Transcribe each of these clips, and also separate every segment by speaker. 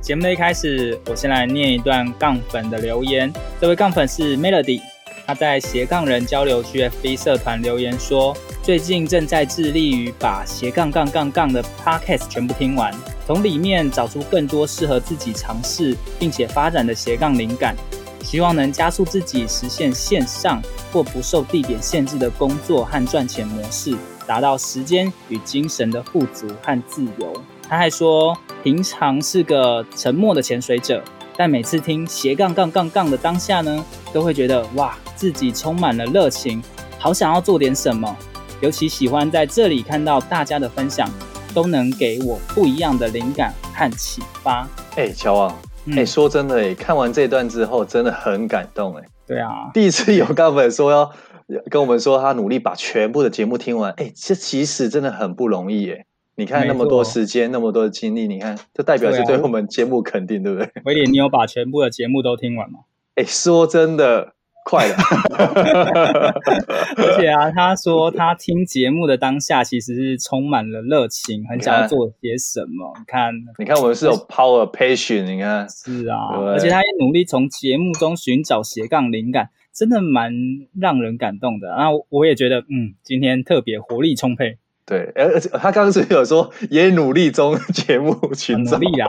Speaker 1: 节目的一开始，我先来念一段杠粉的留言。这位杠粉是 Melody，他在斜杠人交流 GFB 社团留言说，最近正在致力于把斜杠杠杠杠的 Podcast 全部听完，从里面找出更多适合自己尝试并且发展的斜杠灵感，希望能加速自己实现线上或不受地点限制的工作和赚钱模式，达到时间与精神的富足和自由。他还说，平常是个沉默的潜水者，但每次听斜杠杠杠杠的当下呢，都会觉得哇，自己充满了热情，好想要做点什么。尤其喜欢在这里看到大家的分享，都能给我不一样的灵感和启发。
Speaker 2: 哎、乔王，
Speaker 1: 嗯
Speaker 2: 哎、说真的、哎，看完这段之后真的很感动、哎，
Speaker 1: 对啊，
Speaker 2: 第一次有杠粉说要跟我们说他努力把全部的节目听完，哎、这其实真的很不容易、哎，你看那
Speaker 1: 没
Speaker 2: 么
Speaker 1: 错
Speaker 2: 多时间，那么多的精力，你看这代表
Speaker 1: 对
Speaker 2: 是
Speaker 1: 啊
Speaker 2: 对我们节目肯定，对不对？
Speaker 1: 威廉，你有把全部的节目都听完吗？
Speaker 2: 哎、说真的，快 了，
Speaker 1: 而且啊，他说他听节目的当下其实是充满了热情，很想要做些什么。你看，
Speaker 2: 你看我们是有 power patient，你看，
Speaker 1: 是啊，
Speaker 2: 对
Speaker 1: 而且他也努力从节目中寻找斜杠灵感，真的蛮让人感动的。那我我也觉得，嗯，今天特别活力充沛，
Speaker 2: 对，哎而而且他刚刚是不是有说也努力中 节目
Speaker 1: 很
Speaker 2: 寻
Speaker 1: 努
Speaker 2: 找，
Speaker 1: 力啊。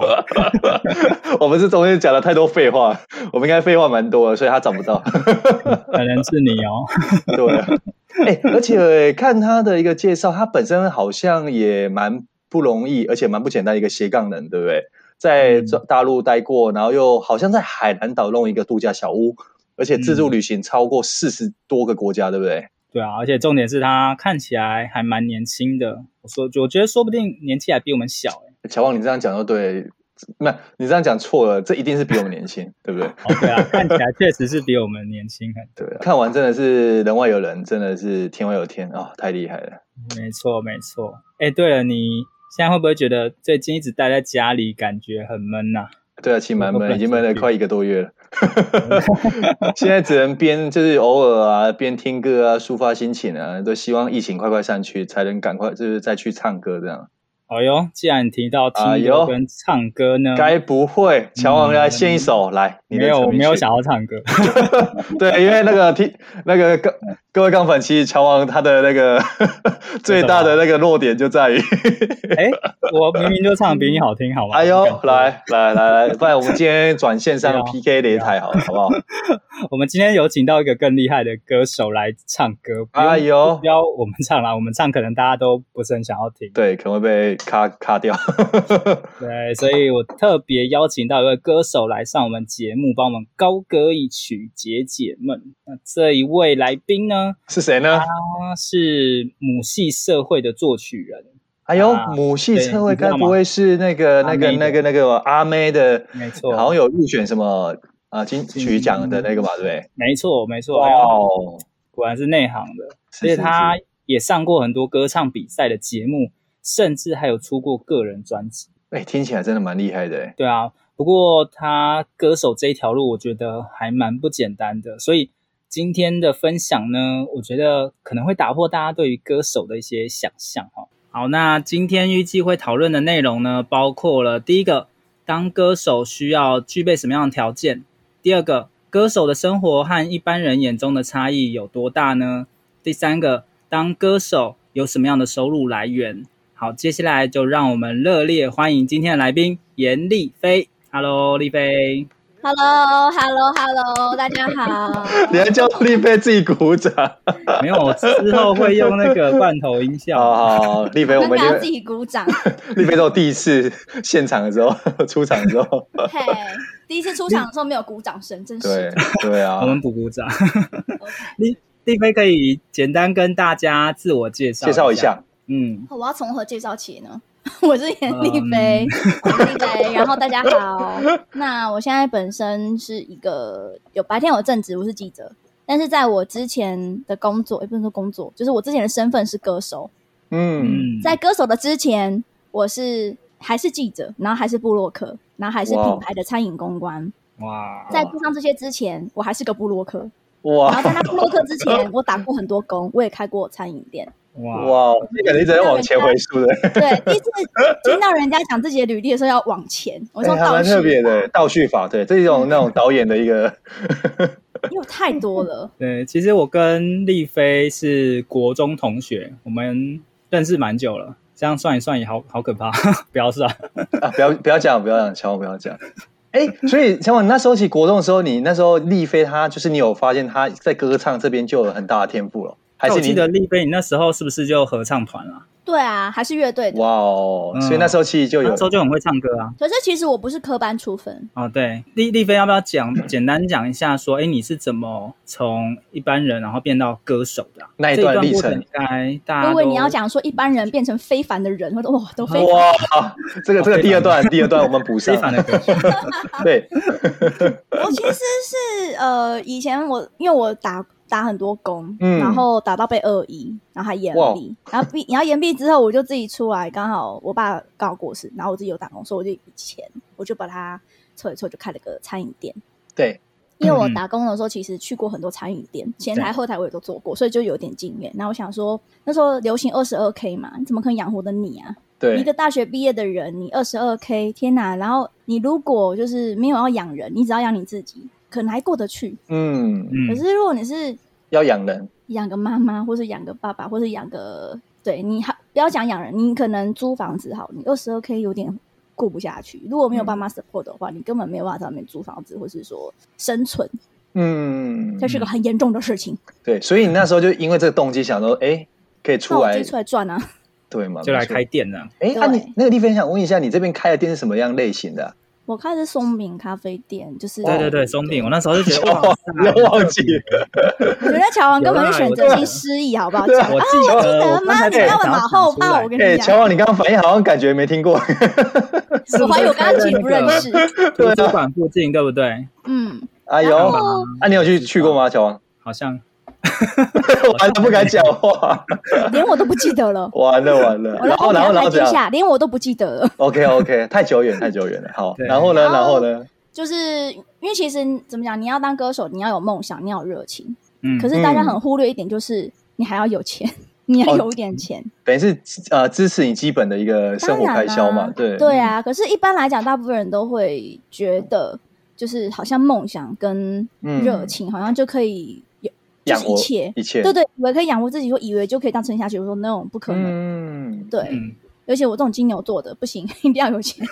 Speaker 2: 我们这中间讲了太多废话，我们应该废话蛮多的，所以他找不到。
Speaker 1: 可能是你哦，
Speaker 2: 对，哎、而且看他的一个介绍，他本身好像也蛮不容易，而且蛮不简单的一个斜杠人，对不对？在
Speaker 1: 嗯
Speaker 2: 中大陆待过，然后又好像在海南岛弄一个度假小屋，而且自助
Speaker 1: 嗯
Speaker 2: 旅行超过四十多个国家，对不对？
Speaker 1: 对啊，而且重点是他看起来还蛮年轻的。我说，我觉得说不定年纪还比我们小、欸。
Speaker 2: 乔旺，你这样讲就对，那你这样讲错了，这一定是比我们年轻，对不对？
Speaker 1: 哦，对 啊，看起来确实是比我们年轻很
Speaker 2: 对，看完真的是人外有人，真的是天外有天啊、太厉害了。
Speaker 1: 没错，没错。哎，对了，你现在会不会觉得最近一直待在家里，感觉很闷呐、
Speaker 2: 对啊，其实蛮
Speaker 1: 我都不
Speaker 2: 闷，
Speaker 1: 敢
Speaker 2: 已经闷了
Speaker 1: 相信
Speaker 2: 快一个多月了。现在只能边就是偶尔啊，边听歌啊，抒发心情啊，都希望疫情快快散去，才能赶快就是再去唱歌这样。
Speaker 1: 哦哟，既然提到
Speaker 2: 哎
Speaker 1: 听歌
Speaker 2: 呦
Speaker 1: 跟唱歌呢，
Speaker 2: 该不会乔王来献一首、来？你的
Speaker 1: 没有
Speaker 2: 成
Speaker 1: 我
Speaker 2: 名
Speaker 1: 没有
Speaker 2: 曲
Speaker 1: 想要唱歌，
Speaker 2: 对，因为那个听那个各各位杠粉，其实乔王他的那个最大的那个弱点就在于，
Speaker 1: 哎，我明明就唱得比你好听，好吗？
Speaker 2: 哎呦
Speaker 1: 你感，啊觉，
Speaker 2: 来来来来，不然我们今天转线
Speaker 1: 不
Speaker 2: 上
Speaker 1: 要
Speaker 2: PK 擂台好了，好不好？
Speaker 1: 我们今天有请到一个更厉害的歌手来唱歌，不用
Speaker 2: 哎呦
Speaker 1: 不要我们唱啦，我 们唱可能大家都不是很想要听，
Speaker 2: 对，可能会被卡卡掉。
Speaker 1: 对，所以我特别邀请到一位歌手来上我们节目，帮我们高歌一曲解解闷。那这一位来宾呢，
Speaker 2: 是谁
Speaker 1: 啊
Speaker 2: 呢？
Speaker 1: 他是母系社会的作曲人，
Speaker 2: 哎呦
Speaker 1: 啊，
Speaker 2: 母系
Speaker 1: 对
Speaker 2: 车位
Speaker 1: 你知道
Speaker 2: 该
Speaker 1: 吗
Speaker 2: 不会是那个、
Speaker 1: 阿
Speaker 2: 那
Speaker 1: 妹啊的
Speaker 2: 个、那个、那个阿妹的，
Speaker 1: 没错
Speaker 2: 好像有入选什么啊金曲奖
Speaker 1: 嗯
Speaker 2: 的那个嘛，对不对？
Speaker 1: 没错，没错，哎呦
Speaker 2: 哦，
Speaker 1: 果然是内行的。而
Speaker 2: 是
Speaker 1: 且
Speaker 2: 是
Speaker 1: 他
Speaker 2: 是
Speaker 1: 也上过很多歌唱比赛的节目，甚至还有出过个人专辑。
Speaker 2: 哎，听起来真的蛮厉害的哎。
Speaker 1: 对啊，不过他歌手这一条路，我觉得还蛮不简单的。所以今天的分享呢，我觉得可能会打破大家对于歌手的一些想象哈。好，那今天预计会讨论的内容呢，包括了第一个，当歌手需要具备什么样的条件；第二个，歌手的生活和一般人眼中的差异有多大呢？第三个，当歌手有什么样的收入来源？好，接下来就让我们热烈欢迎今天的来宾严丽菲。Hello，丽菲。
Speaker 3: h e l l o h e l l o h e l l o 大家好。
Speaker 2: 你还叫丽菲自己鼓 掌？
Speaker 1: 没有，我之后会用那个罐头音效。
Speaker 2: 好好，好丽 菲，我
Speaker 3: 真的
Speaker 2: 们
Speaker 3: 要自
Speaker 2: 就
Speaker 3: 己 鼓掌，
Speaker 2: 丽菲到第一次 现场的时候，出场的时候，
Speaker 3: 嘿！第一次出场的时候没有鼓掌声，真是
Speaker 2: 对
Speaker 3: 的。
Speaker 2: 对啊
Speaker 1: 我，们鼓鼓掌。
Speaker 3: OK
Speaker 1: 丽丽菲可以简单跟大家自我介绍
Speaker 2: 介绍一。下，
Speaker 1: 嗯，
Speaker 3: 哦我要从何介绍起呢？ 我是严立飞，我
Speaker 2: 嗯
Speaker 3: 是立飞。然后大家好，那我现在本身是一个有白天有正职，我是记者，但是在我之前的工作，也不能说工作，就是我之前的身份是歌手。
Speaker 2: 嗯，
Speaker 1: 嗯，
Speaker 3: 在歌手的之前，我是还是记者，然后还是布洛克，然后还是
Speaker 2: 哇哦
Speaker 3: 品牌的餐饮公关。
Speaker 1: 哇，
Speaker 3: 在做上这些之前，我还是个布洛克。然后
Speaker 2: 哇
Speaker 3: 在那布洛克之前，我打过很多工，我也开过餐饮店。
Speaker 1: 哇，
Speaker 2: 哇，这感觉一直在往前回溯的，
Speaker 3: 对，第 一次听到人家讲自己的履历的时候要往前，我 说
Speaker 2: 哎还
Speaker 3: 倒
Speaker 2: 蛮
Speaker 3: 叙
Speaker 2: 特别
Speaker 3: 法嗯
Speaker 2: 的倒叙法，对，这种那种导演的一个，
Speaker 3: 因为我太多了。
Speaker 1: 对，其实我跟丽飞是国中同学，我们认识蛮久了，这样算一算也好好可怕， 不要算。
Speaker 2: 啊，不要不要讲，不要讲，千万不要讲。哎，所以小婉，你那时候起国中的时候，你那时候丽飞她就是你有发现她在歌唱这边就有很大的天赋了，还
Speaker 1: 但
Speaker 2: 是
Speaker 1: 我
Speaker 2: 你
Speaker 1: 记得丽飞，你那时候是不是就合唱团了、
Speaker 3: 对啊，还是乐队的。
Speaker 2: 哇哦，
Speaker 1: 嗯
Speaker 2: 所以那时候其实就有
Speaker 1: 那时候就很会唱歌啊。
Speaker 3: 可是其实我不是科班出身，
Speaker 1: 哦，对，丽丽飞要不要讲简单讲一下说，哎，你是怎么从一般人然后变到歌手的啊、
Speaker 2: 那一
Speaker 1: 这一
Speaker 2: 段
Speaker 1: 段
Speaker 2: 历
Speaker 1: 过
Speaker 2: 程
Speaker 1: 程应该大
Speaker 3: 我
Speaker 1: 家
Speaker 3: 以为你要
Speaker 1: 都
Speaker 3: 讲说一般人变成非凡的人，我说哇，都非凡。
Speaker 2: 哇，这
Speaker 1: 哦
Speaker 2: 个这个第二段第二段我们补上
Speaker 1: 非，凡 的歌手。
Speaker 2: 对，
Speaker 3: 我其实是呃，以前我因为我打打很多工，
Speaker 2: 嗯
Speaker 3: 然后打到被恶意，然后还延
Speaker 2: 哇
Speaker 3: 毕，然后毕然后延毕之后，我就自己出来，刚好我爸刚好过世，然后我自己有打工，所以我就以前我就把它凑一凑，就开了个餐饮店。
Speaker 2: 对，
Speaker 3: 因为我
Speaker 1: 嗯
Speaker 3: 打工的时候，其实去过很多餐饮店，前台、后台我也都做过，所以就有点经验。然后我想说，那时候流行二十二 K 嘛，你怎么可能养活得你啊？一
Speaker 2: 对
Speaker 3: 个，大学毕业的人，你二十二 K，天哪！然后你如果就是没有要养人，你只要养你自己，可能还过得去。
Speaker 2: 嗯，
Speaker 1: 嗯
Speaker 3: 可是如果你是
Speaker 2: 要养人，
Speaker 3: 养个妈妈，或是养个爸爸，或是养个对你还不要讲养人，你可能租房子好，你二十二 K 有点过不下去。如果没有
Speaker 1: 嗯
Speaker 3: 爸妈 support 的话，你根本没有办法在外面租房子，或是说生存，
Speaker 2: 嗯
Speaker 3: 这，是个很严重的事情。
Speaker 2: 对，所以你那时候就因为这个动机想说，哎，可以
Speaker 3: 那
Speaker 2: 出
Speaker 3: 我自
Speaker 2: 来
Speaker 3: 己，出来赚啊！
Speaker 2: 对嘛，
Speaker 1: 就来
Speaker 2: 没错
Speaker 1: 开。店了。
Speaker 2: 哎，那你
Speaker 3: 对
Speaker 2: 那个地方想问一下，你这边开的店是什么样类型 的啊？
Speaker 3: 我开的是松饼咖啡店，就是
Speaker 1: 对对对，松饼，我那时候就觉 得
Speaker 2: 又
Speaker 1: 哇塞，
Speaker 2: 又忘记 了，
Speaker 3: 我觉得乔王根本是选择性失忆，好不 好？乔王
Speaker 1: 我
Speaker 3: 啊，
Speaker 1: 记
Speaker 3: 我记
Speaker 1: 得，
Speaker 3: 得，
Speaker 1: 刚
Speaker 3: 妈，
Speaker 1: 才
Speaker 3: 你不要问
Speaker 1: 想
Speaker 3: 马后
Speaker 1: 出来
Speaker 3: 炮，我跟
Speaker 2: 哎，
Speaker 3: 你
Speaker 2: 乔
Speaker 3: 讲，
Speaker 2: 王，你刚刚反应好像感觉没听过，
Speaker 3: 我怀疑我跟他其实不认识。
Speaker 1: 图
Speaker 3: 啊
Speaker 1: 书馆附近对不对？
Speaker 3: 嗯，
Speaker 2: 哎呦，
Speaker 3: 然
Speaker 2: 啊，
Speaker 3: 后
Speaker 2: 你有去去过吗？乔王，
Speaker 1: 好像
Speaker 2: 我还不敢讲话，，
Speaker 3: 连我都不记得了
Speaker 2: 完了完了，
Speaker 3: 我
Speaker 2: 然
Speaker 3: 来
Speaker 2: 后
Speaker 3: 我
Speaker 2: 然后
Speaker 3: 来
Speaker 2: 然后
Speaker 3: 台
Speaker 2: 怎
Speaker 3: 阶
Speaker 2: 样
Speaker 3: 下，连我都不记得了。
Speaker 2: ？OK OK，太久远太久远了，好，
Speaker 1: 对
Speaker 2: 然后呢，然
Speaker 3: 然后
Speaker 2: 后呢？
Speaker 3: 就是因为其实怎么讲，你要当歌手，你要有梦想，你要有热情。
Speaker 1: 嗯，
Speaker 3: 可是大家很忽略一点，就是你还要有钱，你要
Speaker 2: 哦
Speaker 3: 有一点钱。
Speaker 2: 等于是呃支持你基本的一个生活开销嘛，
Speaker 3: 当然啦
Speaker 2: 对
Speaker 3: 对，啊，可是，一般来讲，大部分人都会觉得，就是好像梦想跟
Speaker 2: 嗯
Speaker 3: 热情，好像就可以有，就
Speaker 2: 养
Speaker 3: 是一
Speaker 2: 活
Speaker 3: 切，
Speaker 2: 一切
Speaker 3: 对对，以为可以养活自己，说以为就可以当撑下去，我说那种不可能。
Speaker 2: 嗯，
Speaker 3: 对，
Speaker 1: 嗯
Speaker 3: 而且我这种金牛座的不行，一定要 有钱。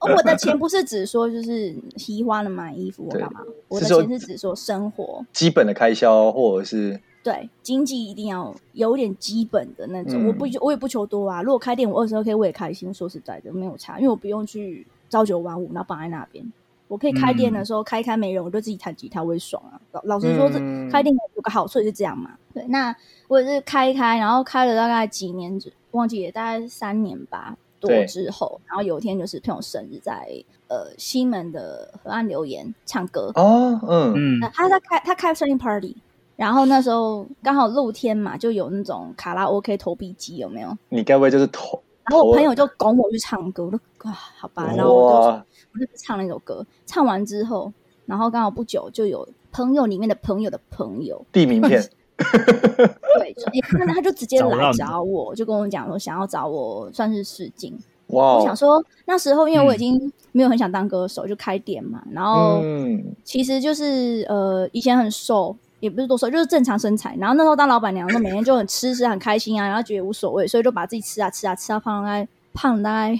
Speaker 3: 哦我的钱不是指说就是 喜欢了买衣服我
Speaker 2: 对
Speaker 3: 干嘛，我
Speaker 2: 是
Speaker 3: 的
Speaker 2: 说
Speaker 3: 钱是指说生活，
Speaker 2: 基本的开销或者是
Speaker 3: 对经济一定要有点基本的那种。我不
Speaker 2: 嗯
Speaker 3: 我也不求多啊，如果开店我二十二 k 我也开心，说实在的没有差，因为我不用去朝九晚五，然后绑在那边。我可以开店
Speaker 2: 嗯
Speaker 3: 的时候、开一开没人，我就自己弹吉他，我也爽啊。老老实说，这、
Speaker 2: 嗯
Speaker 3: 开店有个好处就是这样嘛。对，那我也是开一开，然后开了大概几年，忘记了大概三年吧
Speaker 2: 对
Speaker 3: 多之后，然后有一天就是朋友生日在，呃西门的河岸留言唱歌，
Speaker 2: 哦，嗯
Speaker 1: 嗯
Speaker 3: 呃他在开他开生日 party，然后那时候刚好露天嘛，就有那种卡拉 OK 投币机，有没有？
Speaker 2: 你该不会就是头
Speaker 3: 然后我朋友就拱我去唱歌，我就啊好吧，然后我就
Speaker 2: 哇，
Speaker 3: 我就唱了一首歌，唱完之后，然后刚好不久就有朋友里面的朋友的朋友，
Speaker 2: 地名片，
Speaker 3: 对，就也看到他就直接
Speaker 1: 找到
Speaker 3: 来
Speaker 1: 你
Speaker 3: 找我，就跟我讲说想要找我算是试镜。我
Speaker 2: 哇哦
Speaker 3: 想，说那时候因为我已经没有很想当歌手，就开店嘛，然后
Speaker 2: 嗯，
Speaker 3: 其实就是呃以前很瘦。也不是多瘦，就是正常身材。然后那时候当老板娘，的时候，每天就很吃吃很开心啊，然后觉得无所谓，所以就把自己吃啊吃啊吃到胖大概胖了大概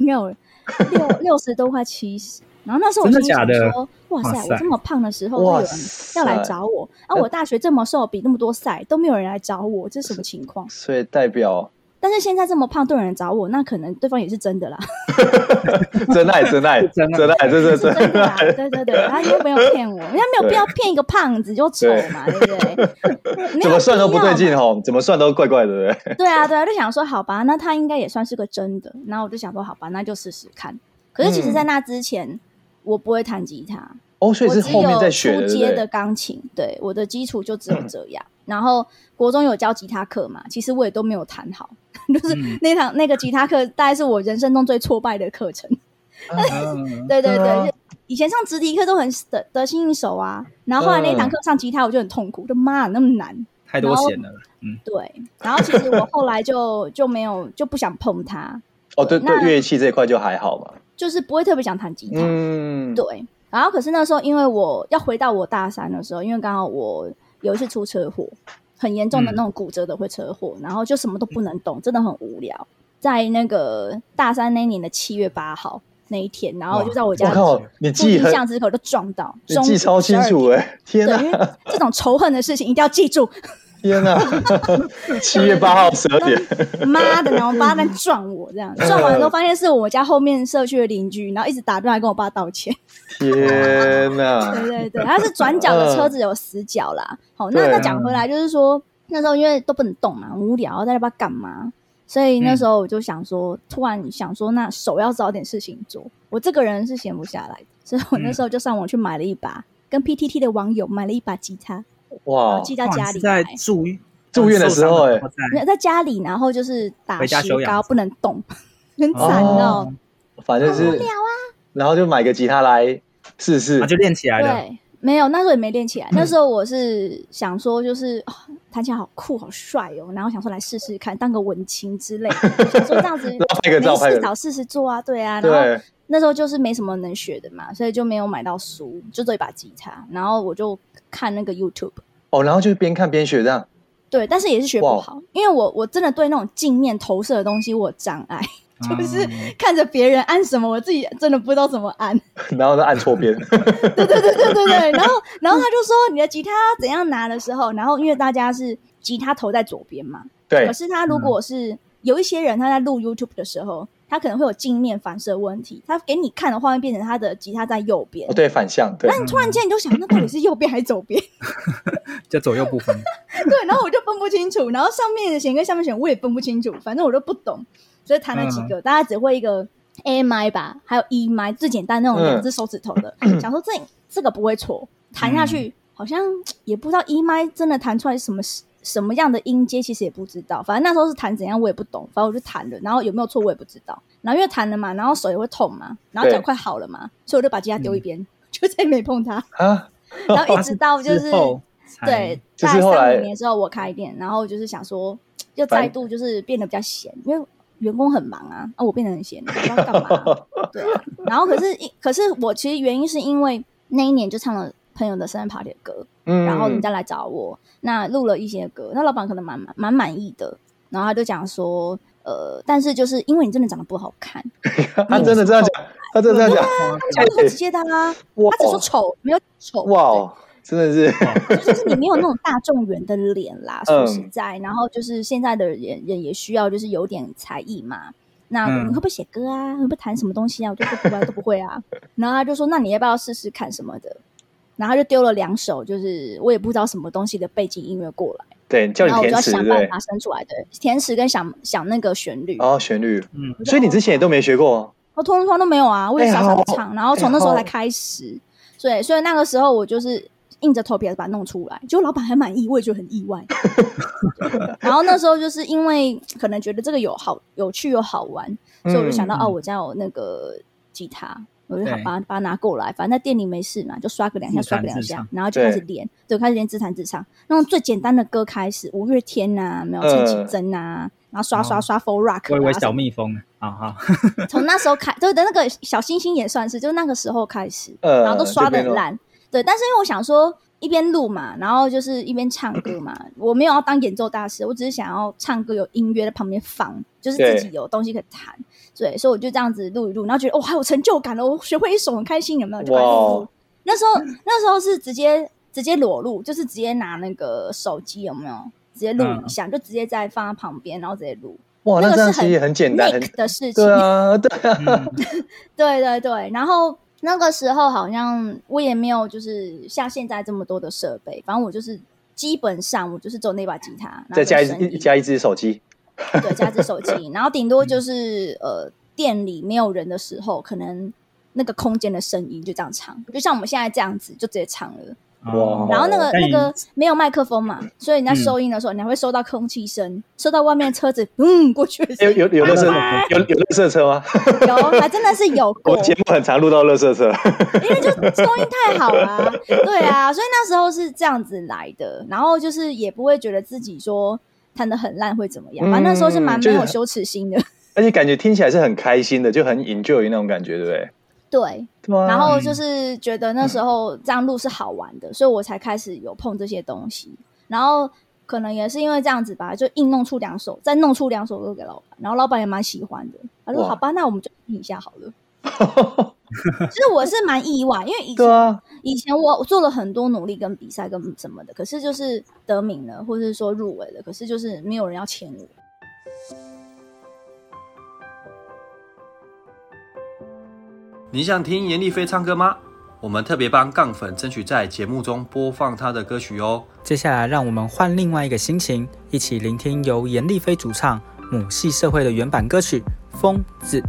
Speaker 3: 应该有六六十多快七十。然后那时候我
Speaker 1: 真的
Speaker 3: 心里想
Speaker 1: 假的
Speaker 3: 说，哇塞，
Speaker 1: 哇塞呃
Speaker 3: 我这么胖的时候，
Speaker 2: 哇
Speaker 3: 都有人要来
Speaker 2: 塞
Speaker 3: 找我啊！我大学这么瘦，比那么多赛都没有人来找我，这是什么情况？
Speaker 2: 所以代表
Speaker 3: 但是现在这么胖，都有人找我，那可能对方也是真的啦，
Speaker 2: 真爱，真 爱，
Speaker 1: 真
Speaker 2: 真
Speaker 1: 爱
Speaker 2: 爱，这这
Speaker 3: 是真
Speaker 2: 真
Speaker 3: 的啦，啊
Speaker 2: 爱，
Speaker 3: 对对对，他又没有骗我，人家没有必要骗一个胖子就丑嘛，对不 对？没有
Speaker 2: 怎么算都
Speaker 3: 必
Speaker 2: 不
Speaker 3: 要
Speaker 2: 对
Speaker 3: 嘛
Speaker 2: 劲哦，怎么算都怪怪的，对不 对？
Speaker 3: 对啊，对啊，就想说好吧，那他应该也算是个真的。然后我就想说好吧，那就试试看。可是其
Speaker 2: 嗯
Speaker 3: 实，在那之前，我不会弹吉他，
Speaker 2: 哦，所以
Speaker 3: 我
Speaker 2: 是
Speaker 3: 只
Speaker 2: 后面
Speaker 3: 有
Speaker 2: 在学
Speaker 3: 初
Speaker 2: 的，
Speaker 3: 阶
Speaker 2: 对不对？
Speaker 3: 的钢琴，对我的基础就只有这 样。然后国中有教吉他课嘛，其实我也都没有弹好，就是
Speaker 1: 嗯
Speaker 3: 那堂那个吉他课大概是我人生中最挫败的课程。
Speaker 1: 嗯
Speaker 3: 对对
Speaker 2: 对啊
Speaker 3: 对，就以前上直笛课都很得得心应手啊，然后后来那
Speaker 2: 嗯
Speaker 3: 堂课上吉他我就很痛苦，就妈那么难。
Speaker 1: 太多弦了，
Speaker 3: 对，然后其实我后来就就没有就不想碰它，
Speaker 2: 哦，对对，
Speaker 3: 那
Speaker 2: 乐器这一块就还好嘛。
Speaker 3: 就是不会特别想弹吉他。
Speaker 2: 嗯，
Speaker 3: 对，然后可是那时候因为我要回到我大三的时候，因为刚好我有一次出车祸，很严
Speaker 2: 嗯
Speaker 3: 重的那种骨折的会车祸，然后就什么都不能动，真的很无聊。在那个大三那一年的七月八号那一天，然后我就在我
Speaker 2: 我
Speaker 3: 家
Speaker 2: 靠，你
Speaker 3: 附
Speaker 2: 记
Speaker 3: 近
Speaker 2: 很，
Speaker 3: 巷子口就撞到，
Speaker 2: 你
Speaker 3: 中午
Speaker 2: 记超清
Speaker 3: 12
Speaker 2: 楚
Speaker 3: 点。
Speaker 2: 哎！天
Speaker 3: 对，因
Speaker 2: 哪，
Speaker 3: 为这种仇恨的事情一定要 记住。
Speaker 2: 天哪！ 七月八号十二点，
Speaker 3: 妈的，然后我爸在撞 我，这样撞完之后发现是我家后面社区的邻居，然后一直打电话来跟我爸 道歉。
Speaker 2: 天
Speaker 3: 对
Speaker 2: 哪！
Speaker 3: 对对，它是转角的车子有死角
Speaker 1: 嗯
Speaker 3: 啦。好，那
Speaker 2: 对
Speaker 1: 啊
Speaker 3: 那讲回来就是说，那时候因为都不能动嘛，很无聊，在那边干嘛？所以那时候我就想说，突然想说，那手要找点事情做。我这个人是闲不下来的，所以我
Speaker 1: 嗯
Speaker 3: 那时候就上网去买了一把，跟 PTT 的网友买了一把吉他，然
Speaker 2: 哇
Speaker 3: 后，寄到
Speaker 1: 哦哇
Speaker 3: 家
Speaker 1: 你
Speaker 3: 里
Speaker 1: 是在
Speaker 3: 来。
Speaker 1: 住
Speaker 2: 住院的时候
Speaker 1: 哎
Speaker 2: 哎，
Speaker 3: 没有在家里，然后就是打
Speaker 1: 回家
Speaker 3: 石
Speaker 1: 休养
Speaker 3: 膏，不能动， 很惨哦。
Speaker 2: 反正
Speaker 3: 很无
Speaker 2: 是
Speaker 3: 聊，啊，
Speaker 2: 然后就买个吉他来试试
Speaker 1: 啊，。就练起来了，
Speaker 3: 对，没有，那时候也没练起来。那时候我是想说，就是哦弹起来好酷、好帅哦，然后想说来试试看，当个文青之类的，想说这样子
Speaker 2: 拍个照
Speaker 3: 没
Speaker 2: 拍
Speaker 3: 事
Speaker 2: 个
Speaker 3: 找试试做啊，对啊。然后
Speaker 2: 对，
Speaker 3: 那时候就是没什么能学的嘛，所以就没有买到书，就这一把吉他，然后我就看那个 YouTube。
Speaker 2: 哦，然后就边看边学这样。
Speaker 3: 对，但是也是学不
Speaker 2: 哇
Speaker 3: 好，因为我我真的对那种镜面投射的东西我有障碍， 就是
Speaker 1: 嗯
Speaker 3: 看着别人按什么，我自己真的不知道怎么按。
Speaker 2: 然后就按错 边，
Speaker 3: 对对对，然后 然后他就说你的吉他怎样拿的时候，然后因为大家是吉他头在左边嘛，
Speaker 2: 对
Speaker 3: 可，是他如果是、有一些人他在录 YouTube 的时候，他可能会有镜面反射问题，他给你看的画面变成他的吉他在右边
Speaker 2: 哦，，对，反向，对
Speaker 3: 那、，你突然间你就想，那到底是右边还是左边？
Speaker 1: 就左右不分。
Speaker 3: 对，然后我就分不清楚，然后上面的弦跟下面的弦我也分不清楚，反正我都不懂，所以弹了几个，大家只会一个 A 麦吧，还有 E 麦最简单那种
Speaker 2: 嗯
Speaker 3: 两只手指头的，想说这这个不会错，弹下去、好像也不知道 E 麦真的弹出来是什么什么样的音阶，其实也不知道，反正那时候是弹怎样我也不懂，反正我就弹了，然后有没有错我也不知道，然后因为弹了嘛，然后手也会痛嘛，然后脚
Speaker 2: 对
Speaker 3: 快好了嘛，所以我就把吉他丢一边， 就再也没碰它，
Speaker 2: 啊，
Speaker 3: 然后一直到就是
Speaker 1: 之。后才
Speaker 3: 对，
Speaker 2: 就
Speaker 3: 大
Speaker 2: 是
Speaker 3: 概
Speaker 2: 后
Speaker 3: 三
Speaker 2: 来
Speaker 3: 五年之后我开店，然后就是想说，又再
Speaker 2: 反
Speaker 3: 度就是变得比较闲，因为员工很忙啊，啊，我变得很闲，不知道干嘛、 对啊。然后可是，可是我其实原因是因为那一年就唱了朋友的生日 party 的歌，
Speaker 2: 嗯，
Speaker 3: 然后人家来找我，那录了一些歌，那老板可能蛮蛮满意的，然后他就讲说，呃，但是就是因为你真的长得不好 看，
Speaker 2: 他真的这样讲，他真的这样讲，
Speaker 3: 讲得这么直接的啊，
Speaker 2: 哇
Speaker 3: 他只说丑，没有丑，
Speaker 2: 哎哇哦，真的是，
Speaker 3: 就是你没有那种大众缘的脸 啦，说
Speaker 2: 嗯
Speaker 3: 实在，然后就是现在的人人也需要就是有点才艺嘛。那
Speaker 1: 嗯
Speaker 3: 你会不会写歌啊？会不会弹什么东西啊？我就说不会，都不会啊。然后他就说，那你要不要试试看什么的？然后他就丢了两首，就是我也不知道什么东西的背景音乐过来，
Speaker 2: 对，叫
Speaker 3: 然
Speaker 2: 你
Speaker 3: 后我就
Speaker 2: 填
Speaker 3: 要
Speaker 2: 词，
Speaker 3: 想
Speaker 2: 对不
Speaker 3: 办
Speaker 2: 对，
Speaker 3: 法生出来的填词跟想想那个旋律。哦
Speaker 2: 然后旋律，
Speaker 1: 嗯，
Speaker 2: 所以你之前也都没学过，
Speaker 3: 我通通都没有啊，我也
Speaker 2: 哎
Speaker 3: 傻傻地
Speaker 2: 好
Speaker 3: 唱，然后从
Speaker 1: 哎
Speaker 3: 那时候才开始，所以所以那个时候我就是硬着头皮把它弄出来，结果老板还满意，我也觉得很意 外。对然后那时候就是因为可能觉得这个有好有趣又好玩，所以我就想到、
Speaker 1: 嗯
Speaker 3: 哦，我家有那个吉他。我就
Speaker 1: 对
Speaker 3: 把它把它拿过来，反正在店里没事嘛，就刷个两下，
Speaker 1: 自弹
Speaker 3: 刷个两
Speaker 1: 自
Speaker 3: 下
Speaker 1: 唱，
Speaker 3: 然后就开始
Speaker 2: 对
Speaker 3: 练，对，开始练自弹自唱，那种最简单的歌开始，五月天呐、没有陈绮
Speaker 2: 嗯
Speaker 3: 贞呐，然后刷刷
Speaker 1: 呃哦
Speaker 3: 刷 f o r Rock，
Speaker 1: 我以为
Speaker 3: 啊什么
Speaker 1: 小蜜蜂，好好，
Speaker 3: 从那时候开，对的那个小星星也算是，就那个时候开始，
Speaker 2: 呃
Speaker 3: 然后都刷的很烂，对。但是因为我想说，一边录嘛，然后就是一边唱歌嘛，我没有要当演奏大师，我只是想要唱歌有音乐在旁边放，就是自己有东西可以弹，对。所以我就这样子录一录，然后觉得哦，还有成就感了，我学会一首很开心，有没有？就把它
Speaker 2: 哇
Speaker 3: 录
Speaker 2: 哦
Speaker 3: 录。那时候那时候是直接直接裸录，就是
Speaker 2: 嗯
Speaker 3: 直接拿那个手机有没有？直接录影像，就直接在放在旁边，然后直接录。
Speaker 2: 哇，
Speaker 3: 那
Speaker 2: 那
Speaker 3: 个
Speaker 2: 这样
Speaker 3: 是
Speaker 2: 其实也很简单，很
Speaker 3: Nick 的事情，
Speaker 2: 对啊，对啊，
Speaker 3: 对对对，然后那个时候好像我也没有就是像现在这么多的设备，反正我就是基本上我就是走那把吉他，然后
Speaker 2: 再加
Speaker 3: 跟
Speaker 2: 一
Speaker 3: 声
Speaker 2: 只
Speaker 3: 音
Speaker 2: 加一嗯只手机，
Speaker 3: 对加一只 手机，然后顶多就是呃店里没有人的时候，可能那个空间的声音就这样唱，就像我们现在这样子就直接唱了。
Speaker 1: 哦
Speaker 2: 哇
Speaker 3: 然后那个
Speaker 1: 但
Speaker 3: 那
Speaker 1: 你
Speaker 3: 个没有麦克风嘛，所
Speaker 2: 嗯
Speaker 3: 以你在收音的时候，你还会收到空气声，收到外面车子嗯过去的声
Speaker 2: 有
Speaker 3: 音，
Speaker 2: 有有乐色
Speaker 1: 拜
Speaker 2: 有有乐色车 吗？
Speaker 3: 有还真的是有
Speaker 2: 我
Speaker 3: 过
Speaker 2: 们，节目很常录到乐色车，
Speaker 3: 因为就收音太好啦、对啊， 所以那时候是这样子来的，然后就是也不会觉得自己说弹的很烂会怎么样，反正那时候是蛮
Speaker 2: 嗯
Speaker 3: 没有
Speaker 2: 就是
Speaker 3: 羞耻心的，
Speaker 2: 而且感觉听起来是很开心的，就很 enjoy 那种感觉，对不对？
Speaker 3: 对，
Speaker 2: 对啊
Speaker 3: 然后就是觉得那时候这样录是好玩的，所以我才开始有碰这些东西。然后可能也是因为这样子吧，就硬弄出两首，再弄出两首歌给老板，然后老板也蛮喜欢的。他说：“
Speaker 2: 哇
Speaker 3: 好吧，那我们就听一下好 了。”其实我是蛮意外，因为以前、
Speaker 2: 对啊，
Speaker 3: 以前我做了很多努力跟比赛跟什么的，可是就是得名了，或者是说入围了，可是就是没有人要签我。
Speaker 4: 你想听严丽菲唱歌吗？我们特别帮杠粉争取在节目中播放她的歌曲哦。
Speaker 5: 接下来，让我们换另外一个心情，一起聆听由严丽菲主唱母系社会的原版歌曲《疯子》。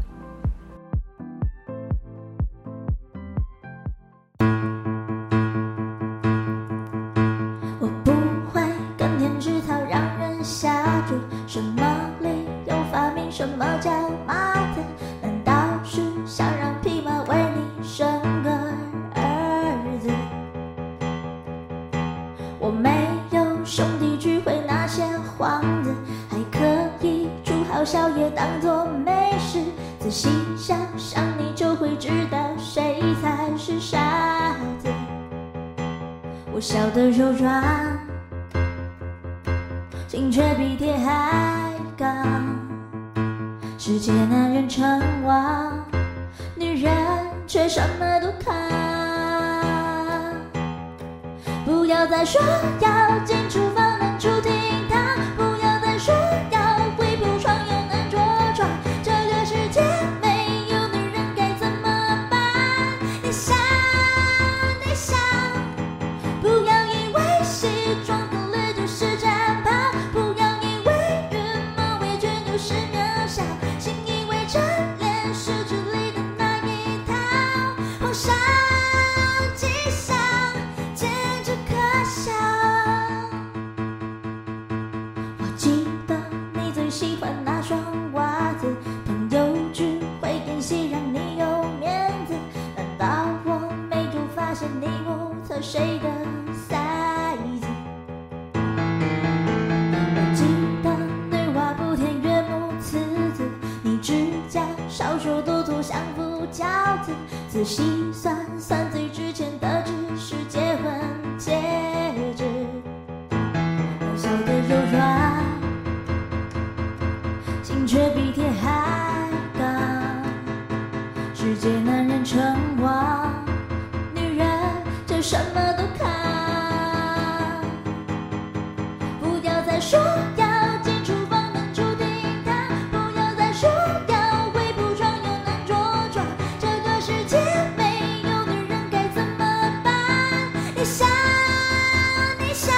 Speaker 6: 我不会跟天之讨让人下注，什么理由发明什么叫马特？难道是想让匹马为你生个儿子？我没有兄弟聚会那些幌子，还可以煮好宵夜当作美食。仔细想想，你就会知道谁才是傻子。我笑得柔软，心却比铁还刚。世界男人称王，女人却什么都扛。不要再说要进厨房能出厅堂，不要再说要微不床又能着床。这个世界没有女人该怎么办？你想，你想。不要以为西装革履就是战袍，不要以为羽毛围裙就是渺小，请以为晨练是距离的那一套。皇上吉祥，简直可笑。我记得你最喜欢那双袜子，朋友聚会演戏让你有面子，难道我没有发现你目测谁的 size？我记得女娲补天岳母慈子，你指甲少说多做相夫教子，仔细算算最值钱的只是结婚戒指，我笑得柔软。心却比铁还刚。世界男人称王，女人却什么都扛。不要再说要进厨房能出厅堂，不要再说要微不床又能着床。这个世界没有女人该怎么办？你想，你想。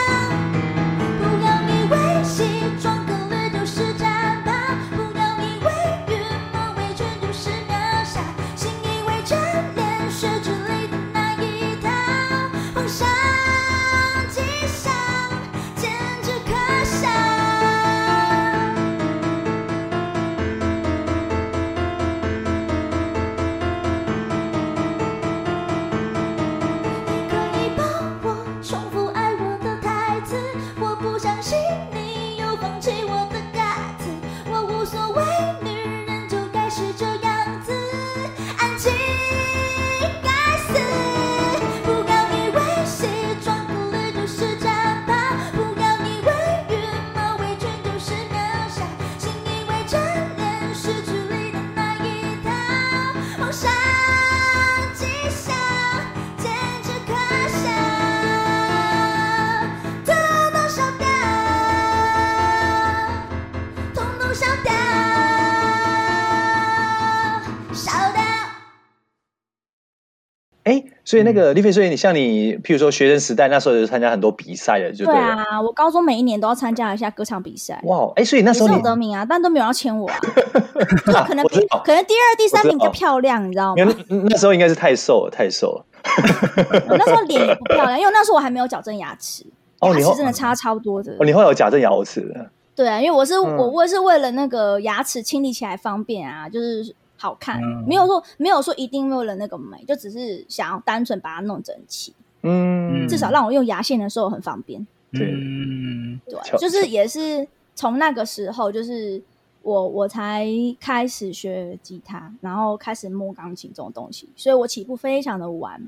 Speaker 6: 不要以为西装革履就是战袍，不要以为羽毛围裙就是渺小，请以为晨练是距离的那一套。皇上吉祥，简直可笑。你可以帮我重复爱我的台词，我不相信你又放弃我的嘎子，我无所谓，女人就该是这样子，安静该死。不要以为西装革履就是战袍，不要以为羽毛围裙就是渺小，请以为晨练是距离的那一套，皇上吉祥。简直可笑，通通都烧掉，通通烧掉。
Speaker 2: 哎，所以那个丽菲，所以你像你，譬如说学生时代那时候有参加很多比赛的，就
Speaker 3: 对
Speaker 2: 了。
Speaker 3: 啊，我高中每一年都要参加一下歌唱比赛，
Speaker 2: 哇，哎，所以那
Speaker 3: 也
Speaker 2: 时
Speaker 3: 是
Speaker 2: 候
Speaker 3: 有
Speaker 2: 你
Speaker 3: 得名啊，但都没有要 签我啊，就可能
Speaker 2: 我知道
Speaker 3: 可能第二、第三名比
Speaker 2: 我知道
Speaker 3: 较漂亮，你知道吗
Speaker 2: 你？看那那时候应该是太瘦了，太瘦了。
Speaker 3: 我那时候脸也不漂亮，因为那时候我还没有矫正牙齿，
Speaker 2: 哦
Speaker 3: 牙
Speaker 2: 你后
Speaker 3: 齿真的差超多的
Speaker 2: 哦，。你后来有矫正牙齿了，
Speaker 3: 对啊，因为我是
Speaker 2: 嗯
Speaker 3: 我我是为了那个牙齿清理起来方便啊，就是好看
Speaker 1: 嗯，
Speaker 3: 没有说没有说一定为了那个美，就只是想要单纯把它弄整齐，
Speaker 2: 嗯，
Speaker 3: 至少让我用牙线的时候很方便。
Speaker 2: 对
Speaker 1: 嗯，
Speaker 3: 对
Speaker 2: 巧，
Speaker 3: 就是也是从那个时候，就是我我才开始学吉他，然后开始摸钢琴这种东西，所以我起步非常的晚。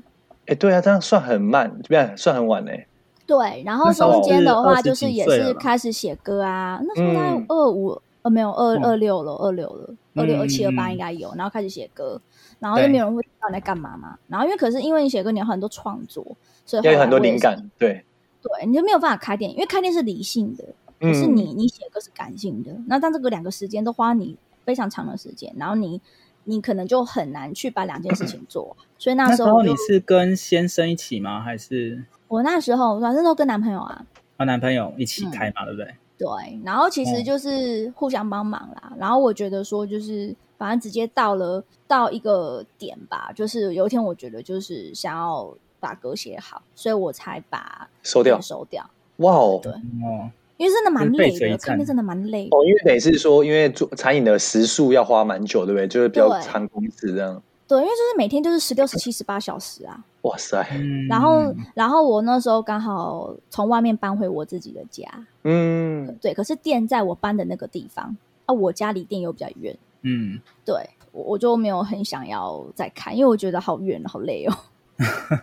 Speaker 2: 哎，对啊，这样算很慢，这样算很晚嘞。
Speaker 3: 对，然后
Speaker 1: 那时候
Speaker 3: 中间的
Speaker 1: 是
Speaker 3: 话
Speaker 1: 20
Speaker 3: 就
Speaker 1: 几
Speaker 3: 是也
Speaker 1: 岁了
Speaker 3: 是
Speaker 1: 吧
Speaker 3: 开始写歌啊，那时候大概
Speaker 2: 嗯
Speaker 3: 二五呃没有二
Speaker 1: 嗯
Speaker 3: 二六了，二六了，二六
Speaker 1: 嗯
Speaker 3: 二七二
Speaker 1: 嗯
Speaker 3: 八
Speaker 1: 嗯
Speaker 3: 应该有，然后开始写歌，然后就没有人会知道你在干嘛嘛。然后因为可是因为你写歌，你有很多创作，所以后
Speaker 2: 要有
Speaker 3: 来
Speaker 2: 很多
Speaker 3: 我也
Speaker 2: 灵
Speaker 3: 是，
Speaker 2: 感，对，
Speaker 3: 对，你就没有办法开店，因为开店是理性的，可是
Speaker 2: 嗯
Speaker 3: 你你写歌是感性的，那但这个两个时间都花你非常长的时间，然后你你可能就很难去把两件事情做完，所以那
Speaker 1: 那
Speaker 3: 时
Speaker 1: 时
Speaker 3: 候
Speaker 1: 候
Speaker 3: 我就
Speaker 1: 你是跟先生一起吗？还是
Speaker 3: 我那时候反正都跟男朋友啊，
Speaker 1: 和男朋友一
Speaker 3: 嗯
Speaker 1: 起开嘛？对不对？
Speaker 3: 对，然后其实
Speaker 1: 嗯
Speaker 3: 就是互相帮忙啦。然后我觉得说，就是反正直接到了到一个点吧，就是有一天我觉得就是想要把歌写好，所以我才把
Speaker 2: 收掉
Speaker 3: 店。收掉，
Speaker 2: 哇哦，
Speaker 3: 对
Speaker 1: 哦，
Speaker 3: 因为真的蛮累
Speaker 1: 就是背水一
Speaker 3: 的，
Speaker 1: 战
Speaker 3: 看店真的蛮累的。
Speaker 2: 哦，因为等于是说，因为做餐饮的时数要花蛮久，对不对？就是比较
Speaker 3: 对
Speaker 2: 长工时这样。
Speaker 3: 对，因为就是每天就是十六、十七、十八小时啊。
Speaker 2: 哇塞，
Speaker 1: 嗯
Speaker 3: 然后，然后我那时候刚好从外面搬回我自己的家，
Speaker 2: 嗯，
Speaker 3: 对，可是店在我搬的那个地方，啊，我家离店又比较远。
Speaker 1: 嗯，
Speaker 3: 对我我就没有很想要再看，因为我觉得好远好累哦，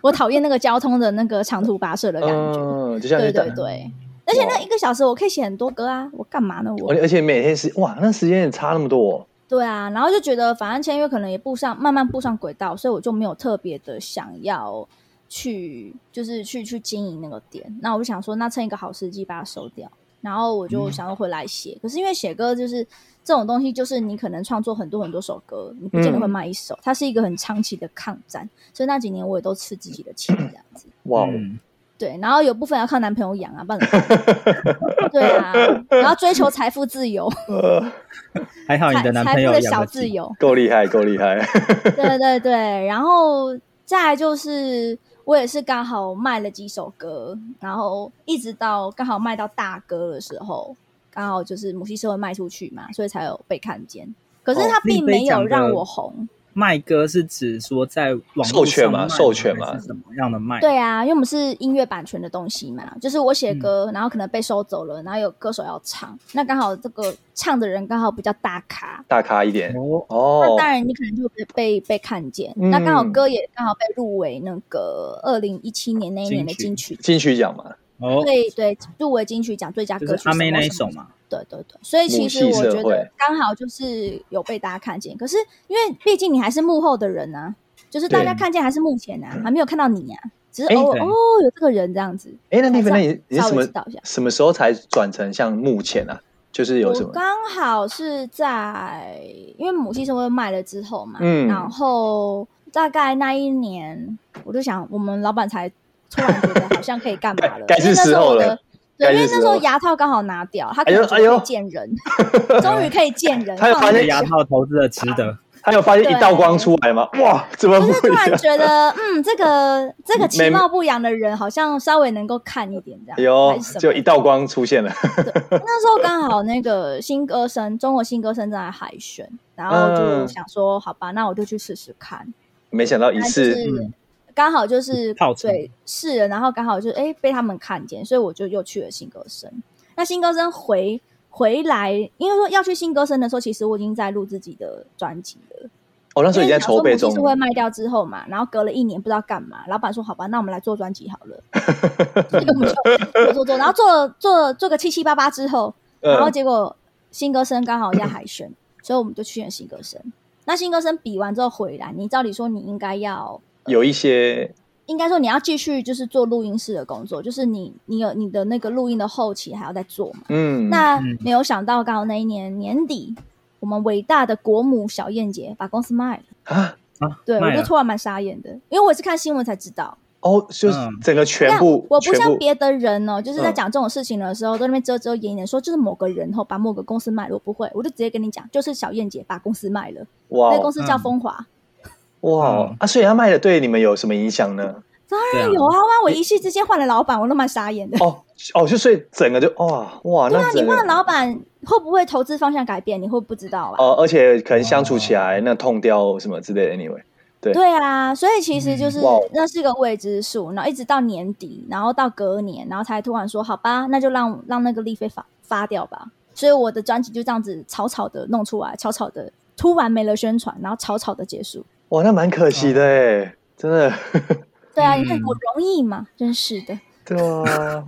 Speaker 3: 我讨厌那个交通的那个长途跋涉的感觉。
Speaker 2: 嗯，就像
Speaker 3: 对
Speaker 2: 是
Speaker 3: 对
Speaker 2: 等，
Speaker 3: 对，而且那一个小时我可以写很多歌啊，我干嘛呢我
Speaker 2: 哦而？且而且每天时哇，那时间也差那么多哦。
Speaker 3: 对啊，然后就觉得反正签约可能也步上慢慢步上轨道，所以我就没有特别的想要去就是去去经营那个店。那我就想说，那趁一个好时机把它收掉。然后我
Speaker 1: 嗯
Speaker 3: 就想要回来写，可是因为写歌就是这种东西，就是你可能创作很多很多首歌，你不见得
Speaker 1: 嗯
Speaker 3: 会卖一首，它是一个很长期的抗战。所以那几年我也都吃自己的钱这样子。
Speaker 2: 哇哦，
Speaker 1: 嗯
Speaker 3: 对，然后有部分要靠男朋友养啊，不然怎么办 对啊，然后追求财富自由，
Speaker 2: 呃，
Speaker 1: 还好你
Speaker 3: 财
Speaker 1: 的男朋
Speaker 3: 财富
Speaker 1: 友
Speaker 3: 的
Speaker 1: 养
Speaker 3: 小
Speaker 1: 得
Speaker 3: 自
Speaker 1: 起，
Speaker 3: 由。
Speaker 2: 够厉害，够厉害。
Speaker 3: 对对对，然后再来就是我也是刚好卖了几首歌，然后一直到刚好卖到大歌的时候，刚好就是母系社会卖出去嘛，所以才有被看见。可是
Speaker 2: 哦
Speaker 3: 它并没有让我
Speaker 1: 你
Speaker 3: 红，
Speaker 1: 卖歌是指说在网络
Speaker 2: 授权
Speaker 1: 上
Speaker 2: 嘛
Speaker 1: 卖吗
Speaker 2: 授权嘛
Speaker 1: 还是什么样的卖？
Speaker 3: 对啊，因为我们是音乐版权的东西嘛，就是我
Speaker 2: 嗯
Speaker 3: 写歌，然后可能被收走了，然后有歌手要唱，那刚好这个唱的人刚好比较大咖，
Speaker 2: 大咖一点
Speaker 1: 哦，
Speaker 3: 那
Speaker 2: 哦
Speaker 3: 当，然，你可能就被被被看见。那刚好
Speaker 2: 嗯
Speaker 3: 歌也刚好被入围那个二零一七年那一年的
Speaker 1: 金
Speaker 3: 金曲，
Speaker 2: 金曲奖嘛，
Speaker 1: 哦，
Speaker 3: 对对，入围金曲奖最佳
Speaker 1: 就
Speaker 3: 歌
Speaker 1: 是
Speaker 3: 曲。
Speaker 1: 阿妹那一首？嘛，
Speaker 3: 对对对，所以其实
Speaker 2: 母系
Speaker 3: 我
Speaker 2: 社
Speaker 3: 觉
Speaker 2: 会
Speaker 3: 得刚好就是有被大家看见。可是因为毕竟你还是幕后的人啊，就是大家
Speaker 2: 对
Speaker 3: 看见还是幕前啊，还没有看到你啊，只是
Speaker 2: 哎
Speaker 3: 偶
Speaker 1: 嗯
Speaker 3: 尔
Speaker 1: 对
Speaker 3: 哦有这个人这样子。
Speaker 2: 哎，那丽菲，
Speaker 3: 才
Speaker 2: 那你你是
Speaker 3: 稍
Speaker 2: 什
Speaker 3: 微
Speaker 2: 么
Speaker 3: 知道一下
Speaker 2: 什么时候才转成像目前啊？就是有什
Speaker 3: 我
Speaker 2: 么？
Speaker 3: 刚好是在因为母系社会卖了之后嘛，
Speaker 2: 嗯
Speaker 3: 然后大概那一年，我就想我们老板才突然觉得好像可以干嘛 了，
Speaker 2: 该该
Speaker 3: 因为
Speaker 2: 是
Speaker 3: 那
Speaker 2: 时
Speaker 3: 时候
Speaker 2: 候
Speaker 3: 我
Speaker 2: 了
Speaker 3: 的。对，
Speaker 2: 该是
Speaker 3: 因为
Speaker 2: 时候
Speaker 3: 那时候牙套刚好拿掉，他可
Speaker 2: 哎呦
Speaker 3: 能就可
Speaker 2: 哎
Speaker 3: 以
Speaker 2: 呦
Speaker 3: 见 人，终于可以见人，
Speaker 2: 他
Speaker 3: 放
Speaker 2: 发现
Speaker 1: 这
Speaker 3: 眼
Speaker 1: 牙套投资的值得，
Speaker 2: 他有发现一道光
Speaker 3: 对
Speaker 2: 出来吗？哇，怎么
Speaker 3: 就是
Speaker 2: 不
Speaker 3: 突
Speaker 2: 一
Speaker 3: 然
Speaker 2: 样？
Speaker 3: 觉得，嗯，这个这个
Speaker 2: 没
Speaker 3: 其貌不扬的人好像稍微能够看一点这样，
Speaker 2: 哎呦
Speaker 3: 还是什，么
Speaker 2: 就一道光出现了。
Speaker 3: 那时候刚好那个新歌声，中国新歌声正在海选，然后就
Speaker 2: 嗯
Speaker 3: 想说，好吧，那我就去试试看。
Speaker 2: 没想到一
Speaker 3: 但
Speaker 2: 次，
Speaker 3: 是刚好就是
Speaker 1: 套餐
Speaker 3: 对试了，然后刚好就哎、被他们看见，所以我就又去了新歌声。那新歌声回回来，因为说要去新歌声的时候，其实我已经在录自己的专辑了。
Speaker 2: 哦，那时
Speaker 3: 所
Speaker 2: 候
Speaker 3: 以
Speaker 2: 已经在筹备中
Speaker 3: 是会卖掉之后嘛，然后隔了一年不知道干嘛，老板说好吧，那我们来做专辑好 了，所以我们就做做做，然后做了做了做个七七八八之后，
Speaker 2: 嗯
Speaker 3: 然后结果新歌声刚好要海选，所以我们就去了新歌声。那新歌声比完之后回来，你照理说你应该要，
Speaker 2: 有一些
Speaker 3: 应该说你要继续就是做录音室的工作，就是你你有你的那个录音的后期还要再做嘛。
Speaker 2: 嗯，
Speaker 3: 那
Speaker 1: 嗯
Speaker 3: 没有想到，刚好那一年年底，我们伟大的国母小燕姐把公司卖了。
Speaker 2: 啊，
Speaker 1: 啊，
Speaker 3: 对
Speaker 1: 卖
Speaker 3: 我就
Speaker 1: 了
Speaker 3: 突然蛮傻眼的，因为我也是看新闻才知道。
Speaker 2: 哦，就是
Speaker 1: 嗯
Speaker 2: 整个全
Speaker 3: 但
Speaker 2: 部，
Speaker 3: 我不
Speaker 2: 全
Speaker 3: 像
Speaker 2: 部
Speaker 3: 别的人哦，就是在
Speaker 2: 嗯
Speaker 3: 讲这种事情的时候，在那边遮遮掩掩说就是某个人后把某个公司卖了，我不会，我就直接跟你讲，就是小燕姐把公司卖了，
Speaker 2: 哇
Speaker 3: 那
Speaker 2: 哦
Speaker 3: 公司叫
Speaker 1: 嗯
Speaker 3: 风华。
Speaker 2: 哇哦
Speaker 1: 嗯
Speaker 2: 啊！所以他卖的对你们有什么影响呢？
Speaker 3: 当
Speaker 1: 对啊
Speaker 3: 然有啊，哇！我一夕之间换了老板，我都蛮傻眼的。
Speaker 2: 哦哦，就所以整个就哇哇，
Speaker 3: 对啊
Speaker 2: 那，
Speaker 3: 你
Speaker 2: 整个
Speaker 3: 换了老板会不会投资方向改变？你会不知道啊？
Speaker 2: 哦，而且可能相处起来那痛掉什么之类的，anyway，对
Speaker 3: 对啊，所以其实就是、
Speaker 2: 嗯哇哦
Speaker 3: 那是个未知数，然后一直到年底，然后到隔年，然后才突然说好吧，那就让让那个立飞发发掉吧。所以我的专辑就这样子草草的弄出来，草草的突然没了宣传，然后草草的结束。
Speaker 2: 哇，那蛮可惜的哎，真的，
Speaker 3: 对啊，
Speaker 1: 嗯
Speaker 3: 你看我容易嘛，真是的。
Speaker 2: 对啊，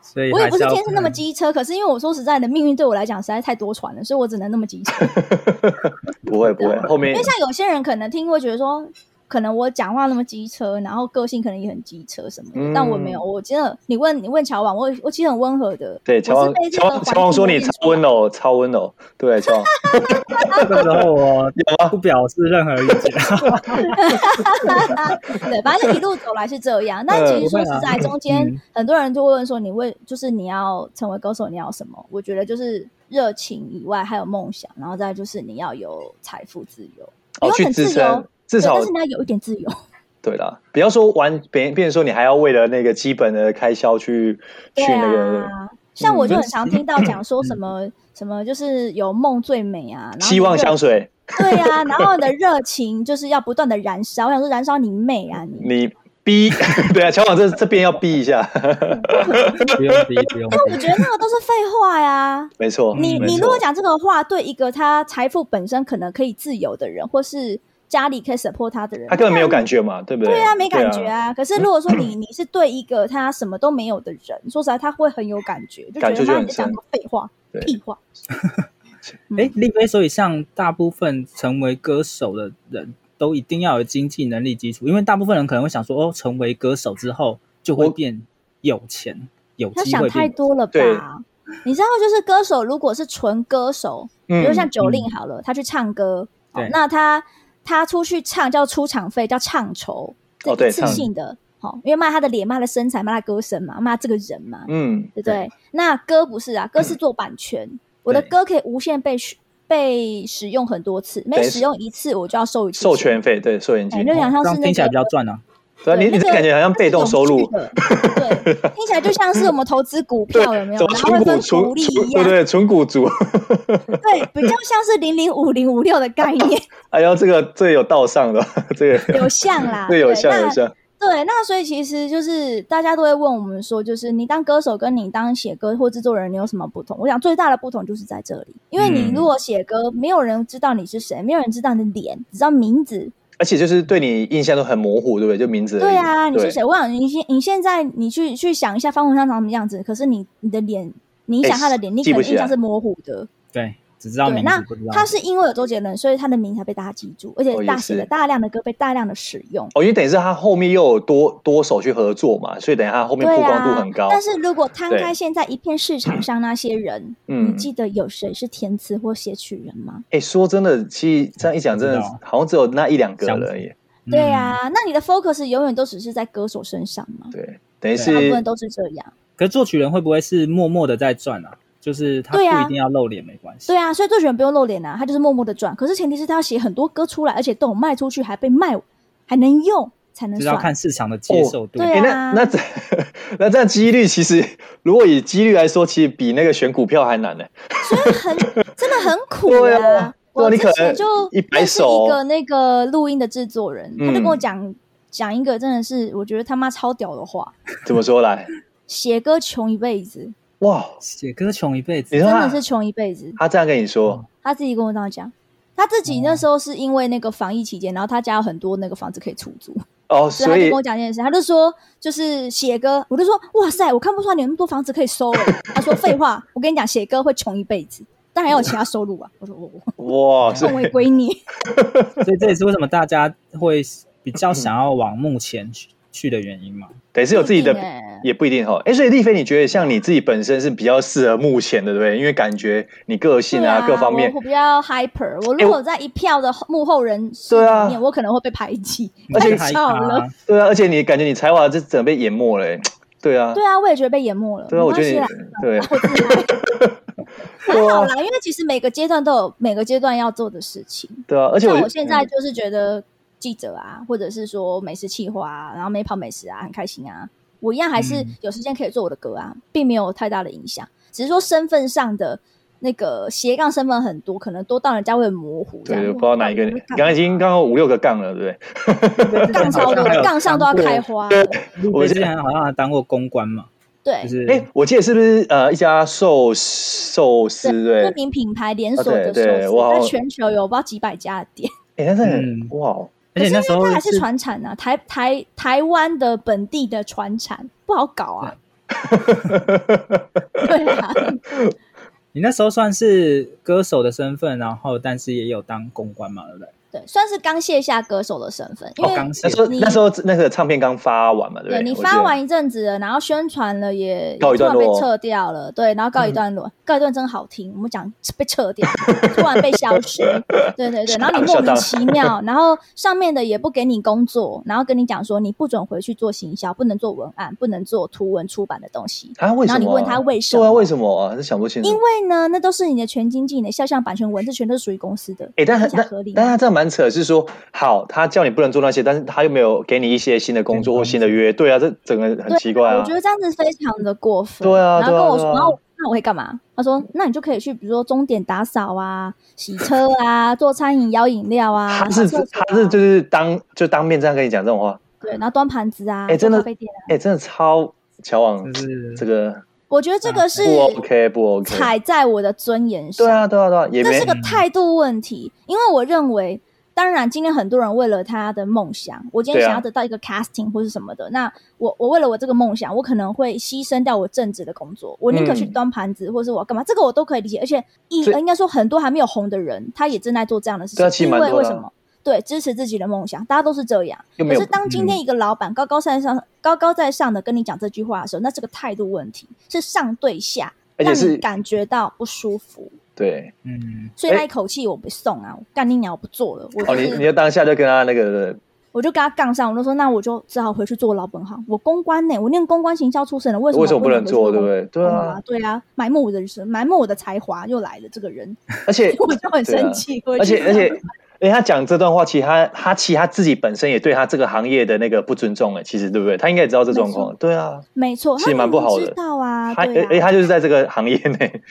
Speaker 1: 所以
Speaker 3: 我也
Speaker 1: 还
Speaker 3: 不是
Speaker 1: 要
Speaker 3: 天生那么
Speaker 1: 看
Speaker 3: 机车，可是因为我说实在的，命运对我来讲实在太多舛了，所以我只能那么机车。
Speaker 2: 不会 不会，后面
Speaker 3: 因为像有些人可能听会觉得说，可能我讲话那么机车，然后个性可能也很机车什么的，
Speaker 2: 嗯
Speaker 3: 但我没有。我真的，你问你问乔王，我我其实很温和的。
Speaker 2: 对乔
Speaker 3: 我是
Speaker 2: 王
Speaker 3: 被这
Speaker 2: 乔
Speaker 3: 个
Speaker 2: 王
Speaker 3: 环境
Speaker 2: 乔王说你
Speaker 3: 磨练
Speaker 2: 超
Speaker 3: 出来
Speaker 2: 温柔超温柔，对乔王，哦
Speaker 1: 这个时候我不表示任何意见。
Speaker 3: 对，反正一路走来是这 样。
Speaker 2: 嗯
Speaker 3: 但其实说
Speaker 2: 啊
Speaker 3: 实在，中间
Speaker 1: 嗯
Speaker 3: 很多人就会问说，你为就是你要成为歌手，你要什么？我觉得就是热情以外，还有梦想，然后再就是你要有财富自由，不
Speaker 2: 哦
Speaker 3: 用
Speaker 2: 去
Speaker 3: 很
Speaker 2: 支
Speaker 3: 自由
Speaker 2: 撑，，至
Speaker 3: 对
Speaker 2: 少
Speaker 3: 但是你要有一点自由。
Speaker 2: 对啦，不要说玩，别变成说你还要为了那个基本的开销去去
Speaker 3: 对
Speaker 2: 那个，嗯
Speaker 3: 啊，像我就很常听到讲说什么、什么，就是有梦最美啊，然后
Speaker 2: 希望
Speaker 3: 你的热
Speaker 2: 香水，
Speaker 3: 对啊，然后你的热情就是要不断的燃烧。我想说，燃烧你妹啊你！
Speaker 2: 你逼， 对啊，乔王这这边要逼一下，
Speaker 1: 不用逼，不用逼。
Speaker 3: 我觉得那个都是废话呀。
Speaker 2: 没错，
Speaker 3: 你
Speaker 2: 哦没
Speaker 3: 你
Speaker 2: 错
Speaker 3: 如果讲这个话，对一个他财富本身可能可以自由的人，或是家里可以 support 他的人，
Speaker 2: 他根本没有
Speaker 3: 那
Speaker 2: 感觉嘛，对不啊对？
Speaker 3: 对啊，没感觉
Speaker 2: 对啊，
Speaker 3: 啊。可是如果说你你是对一个他什么都没有的人，说实在他会很有感觉，就觉
Speaker 2: 感触
Speaker 3: 得
Speaker 2: 就
Speaker 3: 妈
Speaker 2: 很
Speaker 3: 你在讲
Speaker 2: 深
Speaker 3: 什么废话
Speaker 2: 对、
Speaker 3: 屁话。嗯
Speaker 1: 哎，立飞，所以像大部分成为歌手的人都一定要有经济能力基础，因为大部分人可能会想说，哦，成为歌手之后就会
Speaker 2: 我
Speaker 1: 变有钱，有
Speaker 3: 他
Speaker 1: 机
Speaker 3: 想
Speaker 1: 会
Speaker 3: 太
Speaker 1: 变。
Speaker 3: 多了
Speaker 2: 对
Speaker 3: 吧？你知道，就是歌手如果是纯歌手，
Speaker 2: 啊嗯
Speaker 3: 比如像九令好了，他去唱歌，哦
Speaker 1: 嗯对
Speaker 3: 那他他出去唱叫出场费，叫唱酬，
Speaker 2: 哦
Speaker 3: 这
Speaker 2: 对
Speaker 3: 一次
Speaker 2: 唱
Speaker 3: 性的，好、因为骂他的脸，骂他的身材，骂他歌声嘛，骂这个人嘛，
Speaker 2: 嗯，
Speaker 3: 对不对？那歌不是啊，歌
Speaker 1: 嗯
Speaker 3: 是做版权，我的
Speaker 2: 对
Speaker 3: 歌可以无限被使被使用很多次，每
Speaker 2: 等于
Speaker 3: 使用一次我就要收一次
Speaker 2: 授。权费对授权
Speaker 3: 哎，
Speaker 2: 金
Speaker 3: 就，想像
Speaker 1: 哦这
Speaker 3: 是
Speaker 1: 样
Speaker 3: 那
Speaker 1: 听起来
Speaker 3: 个
Speaker 1: 比较赚啊！
Speaker 2: 对啊，你
Speaker 3: 那
Speaker 2: 你
Speaker 3: 个
Speaker 2: 这感觉好像被动收入，
Speaker 3: 它是有趣的对，听起来就像是我们投资股票有没有？
Speaker 2: 走
Speaker 3: 然后
Speaker 2: 纯
Speaker 3: 会
Speaker 2: 股
Speaker 3: 分
Speaker 2: 纯
Speaker 3: 股利一
Speaker 2: 纯
Speaker 3: 样
Speaker 2: 对，对纯股族，
Speaker 3: 对，比较像是零零五零五六的概 念，
Speaker 2: 哎呦，这个这个有道上的， 这个
Speaker 3: 有 像啦，
Speaker 2: 这个有
Speaker 3: 啊对
Speaker 2: 像
Speaker 3: 那
Speaker 2: 有像，
Speaker 3: 对，那所以其实就是大家都会问我们说，就是你当歌手跟你当写歌或制作人，你有什么不同？我想最大的不同就是在这里，因为你
Speaker 2: 嗯
Speaker 3: 如果写歌，没有人知道你是谁，没有人知道你的脸，只知道名字。
Speaker 2: 而且就是对你印象都很模糊，对不对？就名字而已，
Speaker 3: 对啊，你是
Speaker 2: 对
Speaker 3: 谁？我想你现你现在你去去想一下方文山长什么样子，可是你你的脸，你一想他的脸，你
Speaker 2: 哎记
Speaker 3: 可
Speaker 2: 不
Speaker 3: 能
Speaker 2: 起
Speaker 3: 印象
Speaker 2: 来
Speaker 3: 是模糊的。
Speaker 1: 对，只知道
Speaker 3: 对，
Speaker 1: 名
Speaker 3: 那
Speaker 1: 字，不知道
Speaker 3: 他是因为有周杰伦，所以他的名才被大家记住，而
Speaker 2: 哦
Speaker 3: 且
Speaker 2: 也
Speaker 3: 大写
Speaker 2: 是
Speaker 3: 了大量的歌被大量的使用。
Speaker 2: 哦，因为等于是他后面又有多多手去合作嘛，所以等于他后面
Speaker 3: 对
Speaker 2: 曝光度
Speaker 3: 啊
Speaker 2: 很高。
Speaker 3: 但是如果摊
Speaker 2: 对
Speaker 3: 开现在一片市场上那些人，
Speaker 2: 嗯
Speaker 3: 你记得有谁是填词或写曲人吗？
Speaker 2: 哎、说真的，其实这样一讲，真的
Speaker 1: 不知道
Speaker 2: 好像只有那一两个
Speaker 1: 想
Speaker 2: 人而已。
Speaker 3: 对
Speaker 1: 嗯
Speaker 3: 啊，那你的 focus 永远都只是在歌手身上嘛，
Speaker 2: 对，等于
Speaker 3: 大部分
Speaker 2: 是
Speaker 3: 都是这样。
Speaker 1: 可是作曲人会不会是默默的在赚啊？就是他
Speaker 3: 对啊
Speaker 1: 不一定要露脸，没关系。
Speaker 3: 对啊，所以作曲人不用露脸啊，他就是默默的赚。可是前提是他要写很多歌出来，而且都有卖出去，还被卖，还能用，才能
Speaker 1: 就是要
Speaker 3: 算。
Speaker 1: 看市场的接受度。
Speaker 3: 哦对
Speaker 2: 诶
Speaker 3: 啊
Speaker 2: 哎那那这那这样几率，其实如果以几率来说，其实比那个选股票还难呢、
Speaker 3: 所以 很真的很苦
Speaker 2: 对啊对啊
Speaker 3: 我
Speaker 2: 你
Speaker 3: 之
Speaker 2: 可能
Speaker 3: 前就
Speaker 2: 一百
Speaker 3: 认识
Speaker 2: 首
Speaker 3: 一个那个录音的制作人，他就跟我
Speaker 2: 嗯
Speaker 3: 讲讲一个真的是我觉得他妈超屌的话，
Speaker 2: 怎么说来？
Speaker 3: 写歌穷一辈子，
Speaker 2: 哇，
Speaker 1: 写歌穷一辈子
Speaker 2: 你，说
Speaker 3: 真
Speaker 2: 他
Speaker 3: 的是嗯穷一辈子。
Speaker 2: 他这样跟你说，
Speaker 3: 他自己跟我这样讲，他自
Speaker 2: 哦
Speaker 3: 己那时候是因为那个防疫期间，然后他家有很多那个房子可以出租，
Speaker 2: 哦，
Speaker 3: 所以他
Speaker 2: 所
Speaker 3: 就
Speaker 2: 以
Speaker 3: 跟我讲这件事，他就说就是写歌，我就说哇塞，我看不出来你有那么多房子可以收 哎、他说废话，我跟你讲，写歌会穷一辈子，但还有其他收入 啊。我说我我
Speaker 2: 哇，所以
Speaker 3: 奉为归你，
Speaker 1: 所以这也是为什么大家会比较想要往幕前去去的原因吗？
Speaker 2: 得是有自己的
Speaker 3: 不一定欸，
Speaker 2: 也不一定哈。哎，所以丽菲，你觉得像你自己本身是比较适合目前的，对不对？因为感觉你个性
Speaker 3: 对
Speaker 2: 啊，
Speaker 3: 啊，
Speaker 2: 各方面
Speaker 3: 我，我比较 hyper。我
Speaker 2: 哎
Speaker 3: 如
Speaker 2: 我
Speaker 3: 果在一票的幕后人士
Speaker 2: 对啊
Speaker 3: 里面，我可能会被排挤，
Speaker 2: 而且
Speaker 3: 太吵了。
Speaker 2: 对啊，而且你感觉你才华这整个被淹没了、欸，对啊，
Speaker 3: 对啊，我也觉得被淹没了。
Speaker 2: 对啊，
Speaker 3: 没
Speaker 2: 我觉得
Speaker 3: 关系
Speaker 2: 你
Speaker 3: 啦
Speaker 2: 对，啊
Speaker 3: 还好啦，因为其实每个阶段都有每个阶段要做的事情。
Speaker 2: 对啊，而且我
Speaker 3: 像
Speaker 2: 觉
Speaker 3: 我
Speaker 2: 得
Speaker 3: 现在就是觉得记者啊，或者是说美食企划啊，然后美跑美食啊，很开心啊。我一样还是
Speaker 5: 嗯
Speaker 3: 有时间可以做我的歌啊，并没有太大的影响，只是说身份上的那个斜杠身份很多，可能多到人家会很模糊这
Speaker 2: 对
Speaker 3: 样。
Speaker 2: 对，不知道哪一个，
Speaker 3: 我
Speaker 2: 你
Speaker 3: 到底在
Speaker 2: 刚
Speaker 3: 干嘛
Speaker 2: 刚已经刚好五六个杠了，对不对？
Speaker 3: 杠超多，杠上都要开花了。
Speaker 1: 我
Speaker 2: 我
Speaker 1: 之前好像还当过公关嘛，
Speaker 3: 对
Speaker 1: 就，是
Speaker 2: 哎、我记得是不是呃一家寿寿司对
Speaker 3: 知？名品牌连锁的
Speaker 2: 啊对对
Speaker 3: 寿
Speaker 2: 我好
Speaker 3: 司，在全球有不知道几百家的店，
Speaker 2: 哎、但是
Speaker 1: 嗯
Speaker 2: 很、哇哇，
Speaker 1: 而且那时候
Speaker 3: 它还是船产啊，台台台湾的本地的船产不好搞啊。 对啊，
Speaker 1: 你那时候算是歌手的身份，然后但是也有当公关嘛，对不对？
Speaker 3: 对，算是刚卸下歌手的身份，因为
Speaker 1: 哦刚卸
Speaker 2: 那时候
Speaker 3: 你
Speaker 2: 那时候那个唱片刚发完嘛，对不
Speaker 3: 对
Speaker 2: 对？
Speaker 3: 你
Speaker 2: 我记
Speaker 3: 发
Speaker 2: 得
Speaker 3: 完一阵子了，然后宣传了也
Speaker 2: 告一
Speaker 3: 也突
Speaker 2: 段
Speaker 3: 然
Speaker 2: 落
Speaker 3: 被撤掉了，对，然后告一段落，告一段真好听，我们讲被撤掉，突然被消失，对对对，然后你莫名其妙，然后上面的也不给你工作，然后跟你讲说你不准回去做行销，不能做文案，不能做图文出版的东西，
Speaker 2: 啊，为什
Speaker 3: 然
Speaker 2: 么啊？
Speaker 3: 后你问他为什
Speaker 2: 对啊，
Speaker 3: 么
Speaker 2: 为什么啊？这想不清楚。
Speaker 3: 因为呢，那都是你的全经纪、你的肖像、版权、文字，全都是属于公司的，
Speaker 2: 哎、但
Speaker 3: 很
Speaker 2: 很
Speaker 3: 想合理
Speaker 2: 但但他这样蛮扯，是说好，他叫你不能做那些，但是他又没有给你一些新的工作或新的约，对啊，这整个很
Speaker 3: 对
Speaker 2: 奇怪啊。
Speaker 3: 我觉得这样子非常的过分。
Speaker 2: 对啊
Speaker 3: 然后跟我说，
Speaker 2: 对啊对啊
Speaker 3: 然后那我会干嘛？他说，那你就可以去，比如说钟点打扫啊、洗车啊、做餐饮、摇饮料啊，
Speaker 2: 他是
Speaker 3: 扫厕所啊
Speaker 2: 他是就是当就当面这样跟你讲这种话，
Speaker 3: 对，然后端盘子啊，
Speaker 2: 哎真的
Speaker 3: 做咖啡店啊。
Speaker 2: 哎、真的超乔王
Speaker 1: 就是
Speaker 2: 这个
Speaker 3: 我觉得这个是
Speaker 2: 不 OK 不 OK，
Speaker 3: 踩在我的尊严上。
Speaker 2: 对啊对啊对啊，也
Speaker 3: 这
Speaker 2: 没
Speaker 3: 是个态度问题，因为我认为，当然今天很多人为了他的梦想，我今天
Speaker 2: 对啊
Speaker 3: 想要得到一个 casting 或是什么的，那我我为了我这个梦想，我可能会牺牲掉我正职的工作，我宁可去
Speaker 2: 嗯
Speaker 3: 端盘子，或是我干嘛，这个我都可以理解。而且应
Speaker 2: 所以
Speaker 3: 应该说很多还没有红的人，他也正在做这样的事
Speaker 2: 对啊其
Speaker 3: 情，
Speaker 2: 实
Speaker 3: 因
Speaker 2: 蛮
Speaker 3: 为
Speaker 2: 多
Speaker 3: 为
Speaker 2: 的啊
Speaker 3: 什么？对，支持自己的梦想，大家都是这样。
Speaker 2: 又没
Speaker 3: 可
Speaker 2: 有嗯
Speaker 3: 是当今天一个老板高高在上、高高在上的跟你讲这句话的时候，那这个态度问题是上对下，
Speaker 2: 而且
Speaker 3: 让
Speaker 2: 是
Speaker 3: 你感觉到不舒服。
Speaker 2: 对
Speaker 1: 嗯，
Speaker 3: 所以那
Speaker 2: 哎
Speaker 3: 一口气我不送啊，我干你娘，我不做了，我
Speaker 2: 哦，
Speaker 3: 就
Speaker 2: 你
Speaker 3: 是、
Speaker 2: 你就当下就跟他那个
Speaker 3: 我就跟他杠上，我就说那我就只好回去做老本行，我公关呢、我念公关行销出身的，为什么
Speaker 2: 为什么
Speaker 3: 我
Speaker 2: 不能
Speaker 3: 回去
Speaker 2: 做，对不
Speaker 3: 公
Speaker 2: 对？对
Speaker 3: 公
Speaker 2: 啊
Speaker 3: 关，，对啊，埋没我的人生，埋没我的才华，又来了这个人，
Speaker 2: 而且
Speaker 3: 我就很
Speaker 2: 对啊
Speaker 3: 生气，我
Speaker 2: 而且
Speaker 3: 就
Speaker 2: 而且，而且他讲这段话，其实他他其实他自己本身也对他这个行业的那个不尊重哎，其实对不对？他应该也知道这状
Speaker 3: 没
Speaker 2: 况，对啊，
Speaker 3: 没错，
Speaker 2: 其实
Speaker 3: 他
Speaker 2: 蛮
Speaker 3: 明明
Speaker 2: 不好的
Speaker 3: 知道啊，
Speaker 2: 他而
Speaker 3: 对
Speaker 2: 而且
Speaker 3: 啊，
Speaker 2: 他就是在这个行业内，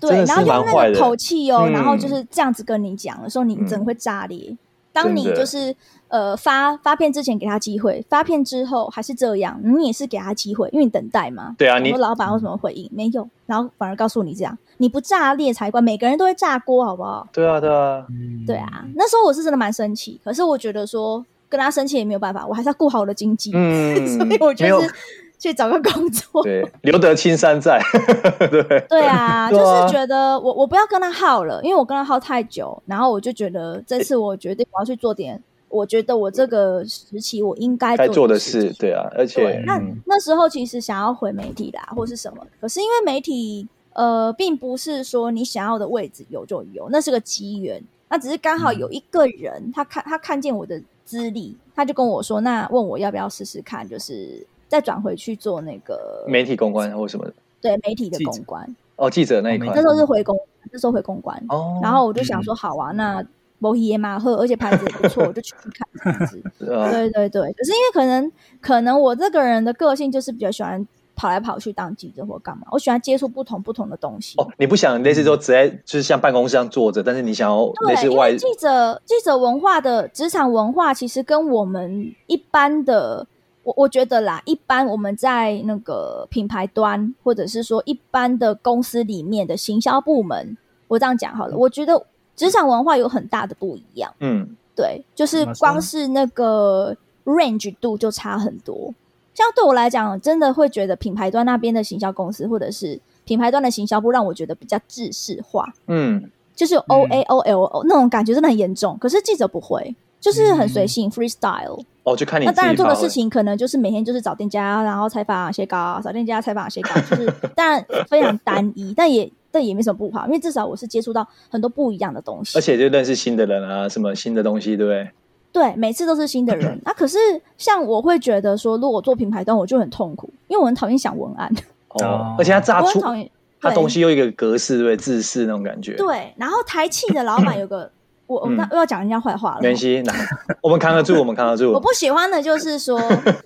Speaker 2: 真
Speaker 3: 对，
Speaker 2: 的
Speaker 3: 然后
Speaker 2: 是
Speaker 3: 用
Speaker 2: 蛮坏
Speaker 3: 那个口
Speaker 2: 的，
Speaker 3: 气哦，
Speaker 2: 嗯
Speaker 3: 然后就是这样子跟你讲的时候，你
Speaker 2: 嗯
Speaker 3: 真的会炸裂。当你
Speaker 2: 真的
Speaker 3: 就是呃发发片之前给他机会，发片之后还是这样，你也是给他机会，因为你等待嘛。
Speaker 2: 对啊，
Speaker 3: 你
Speaker 2: 你
Speaker 3: 说老板有什么回应？没有，然后反而告诉你这样，你不炸裂才怪，每个人都会炸锅，好不好？
Speaker 2: 对啊对啊，
Speaker 3: 对
Speaker 1: 嗯
Speaker 3: 啊，那时候我是真的蛮生气，可是我觉得说跟他生气也没有办法，我还是要顾好我的经济，
Speaker 2: 嗯，
Speaker 3: 所以我
Speaker 2: 没
Speaker 3: 就
Speaker 2: 有
Speaker 3: 是去找个工作。
Speaker 2: 对留得青山在， 对
Speaker 3: 对啊，就
Speaker 2: 对啊
Speaker 3: 是觉得我我不要跟他耗了，因为我跟他耗太久，然后我就觉得这次我决定我要去做点，我觉得我这个时期我应该
Speaker 2: 该做的
Speaker 3: 事
Speaker 2: 事，
Speaker 3: 情。
Speaker 2: 对啊，而且
Speaker 3: 对，那
Speaker 2: 嗯
Speaker 3: 那时候其实想要回媒体啦，或是什么，可是因为媒体呃，并不是说你想要的位置有就有，那是个机缘。那只是刚好有一个人，他看他看见我的资历，他就跟我说，那问我要不要试试看，就是再转回去做那个
Speaker 2: 媒体公关或什么的，
Speaker 3: 对媒体的
Speaker 1: 记者
Speaker 3: 公关。
Speaker 2: 哦，记者那一
Speaker 1: 哦
Speaker 2: 块
Speaker 1: 媒
Speaker 3: 那时候是回公，那时候回公关，
Speaker 2: 哦，
Speaker 3: 然后我就想说，好啊，那某野马赫，而且牌子也不错，我就去去看这样子。
Speaker 2: 呃
Speaker 3: 对对对，可是因为可能可能我这个人的个性就是比较喜欢跑来跑去当记者或干嘛，我喜欢接触不同不同的东西。
Speaker 2: 哦，你不想类似说只在就是像办公室上坐着，但是你想要类
Speaker 3: 对，
Speaker 2: 似
Speaker 3: 因
Speaker 2: 外
Speaker 3: 为记者记者文化的职场文化，其实跟我们一般的，我我觉得啦，一般我们在那个品牌端，或者是说一般的公司里面的行销部门，我这样讲好了，我觉得职场文化有很大的不一样。
Speaker 2: 嗯
Speaker 3: 对，就是
Speaker 1: 怎么说
Speaker 3: 光是那个 range 度就差很多。像对我来讲，真的会觉得品牌端那边的行销公司，或者是品牌端的行销部，让我觉得比较制式化。
Speaker 2: 嗯
Speaker 3: 就是有 O A O L O 那种感觉真的很严重。可是记者不会，就是很随性、freestyle，
Speaker 2: 哦，就看嗯你
Speaker 3: 那
Speaker 2: 自己
Speaker 3: 当然做的
Speaker 2: 发挥
Speaker 3: 事情可能就是每天就是找店家，然后采访写稿，找店家采访 写稿，就是当然非常单一，但也但也没什么不好，因为至少我是接触到很多不一样的东西，
Speaker 2: 而且就认识新的人啊，什么新的东西，对不对？
Speaker 3: 对每次都是新的 人。那、可是像我会觉得说，如果做品牌端我就很痛苦，因为我很讨厌想文案，
Speaker 2: 哦
Speaker 1: 哦，
Speaker 2: 而且他炸
Speaker 3: 我
Speaker 2: 出
Speaker 3: 很讨厌
Speaker 2: 他
Speaker 3: 对
Speaker 2: 东西又一个格式，对不对？制式那种感觉。，
Speaker 3: 对。啊然后台气的老板有个我，
Speaker 2: 嗯
Speaker 3: 我那又要讲人家坏话了，
Speaker 2: 没关系，那我们扛得住，我们扛得
Speaker 3: 我
Speaker 2: 住。
Speaker 3: 不喜欢的就 是说，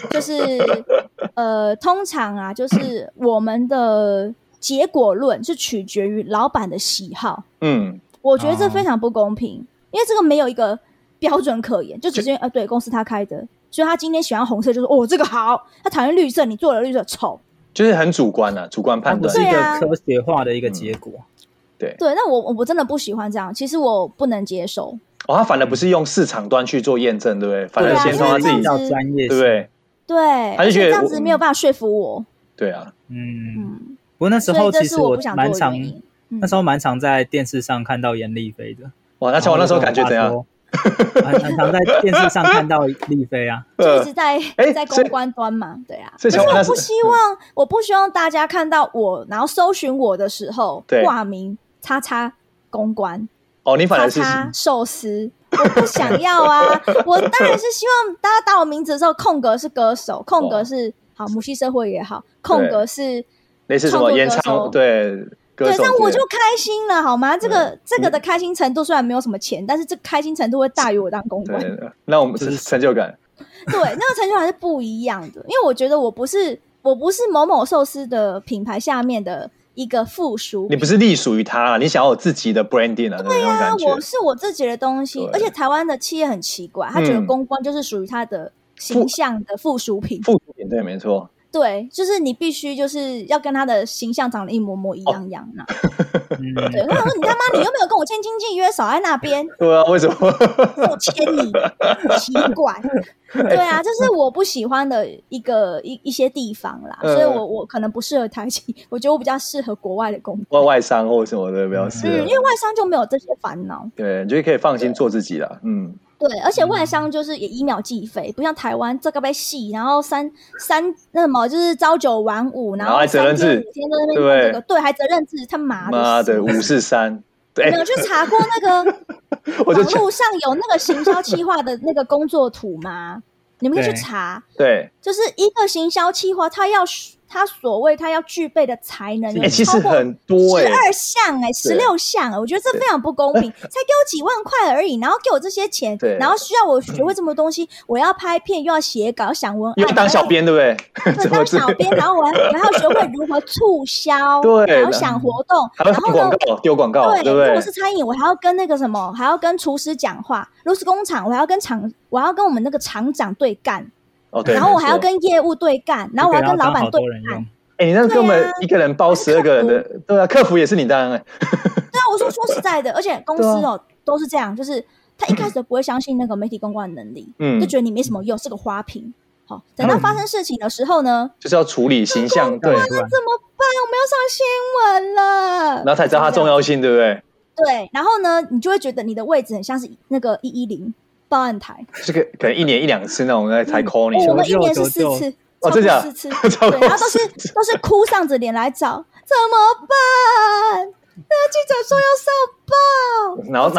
Speaker 3: 就是呃，通常啊，就是我们的结果论是取决于老板的喜好，
Speaker 2: 嗯，
Speaker 3: 我觉得这
Speaker 1: 哦
Speaker 3: 非常不公平，因为这个没有一个标准可言，就只是因为呃，对公司他开的，所以他今天喜欢红色，就是哦这个好，他讨厌绿色，你做了绿色丑，
Speaker 2: 就是很主观啊，主观
Speaker 1: 它
Speaker 2: 判
Speaker 1: 不
Speaker 2: 断
Speaker 1: 是。一
Speaker 3: 对
Speaker 1: 个
Speaker 3: 啊
Speaker 1: 科学化的一
Speaker 2: 嗯
Speaker 1: 个结果。
Speaker 3: 对，那我我我真的不喜欢这样，其实我不能接受，
Speaker 2: 哦，他反而不是用市场端去做验证，对不对？反
Speaker 3: 对
Speaker 2: 而
Speaker 3: 啊
Speaker 2: 先从他自己
Speaker 3: 因为这，样
Speaker 1: 到专业性，
Speaker 2: 对不对？
Speaker 3: 对，
Speaker 2: 他就
Speaker 3: 而
Speaker 2: 觉得
Speaker 3: 且这样
Speaker 2: 我
Speaker 3: 子没有办法说服我，
Speaker 2: 对啊，
Speaker 1: 嗯。
Speaker 3: 嗯，
Speaker 1: 不过那时
Speaker 3: 所以
Speaker 1: 候
Speaker 3: 这
Speaker 1: 其
Speaker 3: 是
Speaker 1: 实
Speaker 3: 我不想
Speaker 1: 蛮
Speaker 3: 做的
Speaker 1: 常
Speaker 3: 原，因。嗯
Speaker 1: 那时候蛮常在电视上看到严丽菲的。
Speaker 2: 哇，那
Speaker 1: 那
Speaker 2: 乔王那时候感觉怎
Speaker 1: 哦
Speaker 2: 样？？
Speaker 1: 很很常在电视上看到丽菲啊，
Speaker 3: 就一
Speaker 2: 呃
Speaker 3: 直，在、
Speaker 2: 哎
Speaker 3: 在公
Speaker 2: 所以
Speaker 3: 关端嘛，对啊。
Speaker 2: 所
Speaker 3: 可
Speaker 2: 以
Speaker 3: 是
Speaker 2: 小王
Speaker 3: 我
Speaker 2: 那时
Speaker 3: 不希望，我不希望大家看到我，然后搜寻我的时候
Speaker 2: 对
Speaker 3: 挂名叉叉公关，
Speaker 2: 哦，你反
Speaker 3: 叉
Speaker 2: 而是
Speaker 3: 叉寿司，我不想要啊！我当然是希望大家打我名字的时候，空格是歌手，空格是好母系社会也好，空格是
Speaker 2: 类似什么演唱对歌
Speaker 3: 对，
Speaker 2: 手之类嗯
Speaker 3: 这
Speaker 2: 的，
Speaker 3: 样我就开心了，好吗？这个这个的开心程度虽然没有什么钱，但是这开心程度会大于我当公关。
Speaker 2: 对，那我们
Speaker 1: 就是
Speaker 2: 成成就感，
Speaker 3: 对，那个成就感是不一样的，因为我觉得我不是我不是某某寿司的品牌下面的一个附属
Speaker 2: 你不是隶属于他啦，你想要有自己的 branding 啊，对
Speaker 3: 啊
Speaker 2: 啊，
Speaker 3: 我是我自己的东西
Speaker 2: 对，
Speaker 3: 而且台湾的企业很奇怪，他觉得
Speaker 2: 嗯
Speaker 3: 公关就是属于他的形象的附属品，
Speaker 2: 附属品，对，没错，
Speaker 3: 对，就是你必须就是要跟他的形象长得一模模
Speaker 2: 哦
Speaker 3: 一样样 那、
Speaker 1: 嗯，
Speaker 3: 对，我想说你他妈你又没有跟我签经纪约，少在那边
Speaker 2: 对啊，为什么？
Speaker 3: 我签你，奇怪，对啊，这是我不喜欢的一个一一些地方啦，
Speaker 2: 嗯
Speaker 3: 所以我我可能不适合台企，我觉得我比较适合国外的工
Speaker 2: 外
Speaker 3: 作，
Speaker 2: 外商或什么的，不要试
Speaker 3: 嗯，
Speaker 2: 了
Speaker 3: 因。为外商就没有这些烦恼，
Speaker 2: 对，你就可以放心做自己啦。嗯，
Speaker 3: 对，而且外商就是也以秒计费，不像台湾这个被戏，然后三三那什么就是朝九晚五，然
Speaker 2: 然后还责
Speaker 3: 三
Speaker 2: 任
Speaker 3: 天
Speaker 2: 制
Speaker 3: 五天都在那边弄这个，对，还责任制，他妈
Speaker 2: 妈
Speaker 3: 的
Speaker 2: 的，五四 三，
Speaker 3: 没
Speaker 2: 对，
Speaker 3: 有去查过那个
Speaker 2: 我就
Speaker 3: 网
Speaker 2: 觉
Speaker 3: 络上有那个行销企划的那个工作图吗？你们可以去
Speaker 1: 对
Speaker 3: 查，
Speaker 2: 对，
Speaker 3: 就是一个行销企划，他要他所谓他要具备的才能，
Speaker 2: 哎，其实很多哎
Speaker 3: 十，二项哎，十六项哎，我觉得这非常不公 平，才给我几万块而已，然后给我这些钱
Speaker 2: 对，
Speaker 3: 然后需要我学会这么多东西，我要拍片，又要写稿，想文案，
Speaker 2: 因为当小编对不对？
Speaker 3: 然后
Speaker 2: 怎
Speaker 3: 要，
Speaker 2: 么是
Speaker 3: 当小编，然后我还我还要学会如何促 销，
Speaker 2: 对
Speaker 3: 然后想活动，
Speaker 2: 还要
Speaker 3: 然
Speaker 2: 放
Speaker 3: 后
Speaker 2: 广
Speaker 3: 呢，
Speaker 2: 告、丢广告，对不
Speaker 3: 如
Speaker 2: 对
Speaker 3: 果？是餐饮，我还要跟那个什么，还要跟厨师讲话；如果是工厂，我还要跟厂，我还要跟我们那个厂长对干，
Speaker 2: 哦，对，
Speaker 3: 然后我
Speaker 2: 没错
Speaker 3: 还要跟业务对干，然后我还要跟老板对
Speaker 1: 对人
Speaker 3: 干
Speaker 1: 用。。
Speaker 2: 哎，你那根
Speaker 3: 对
Speaker 2: 本
Speaker 3: 啊
Speaker 2: 一个人包十二个人的，对啊，客服也是你当然，
Speaker 3: 对啊，我说说实在的，而且公司
Speaker 2: 对啊
Speaker 3: 哦、都是这样，就是他一开始都不会相信那个媒体公关的能力，
Speaker 2: 嗯
Speaker 3: 就，觉得你没什么用，是个花瓶。好、等到发生事情的时候呢，
Speaker 2: 就是要处理形象，对，
Speaker 1: 对
Speaker 3: 怎么办？我们要上新闻了，
Speaker 2: 然后才知道它重要性，对不对？
Speaker 3: 对，然后呢，你就会觉得你的位置很像是那个一一零报案台，
Speaker 2: 这个可能一年一两次那种来才 call
Speaker 3: 哦我
Speaker 2: 你，
Speaker 3: 们一年是四次，
Speaker 2: 哦
Speaker 3: 超
Speaker 2: 真
Speaker 3: 过
Speaker 2: 假
Speaker 3: 四次，
Speaker 2: 超
Speaker 3: 对，
Speaker 2: 过
Speaker 3: 然后都是都是哭丧着脸来找，怎么办？那记者说
Speaker 2: 然后
Speaker 3: 要上报，就这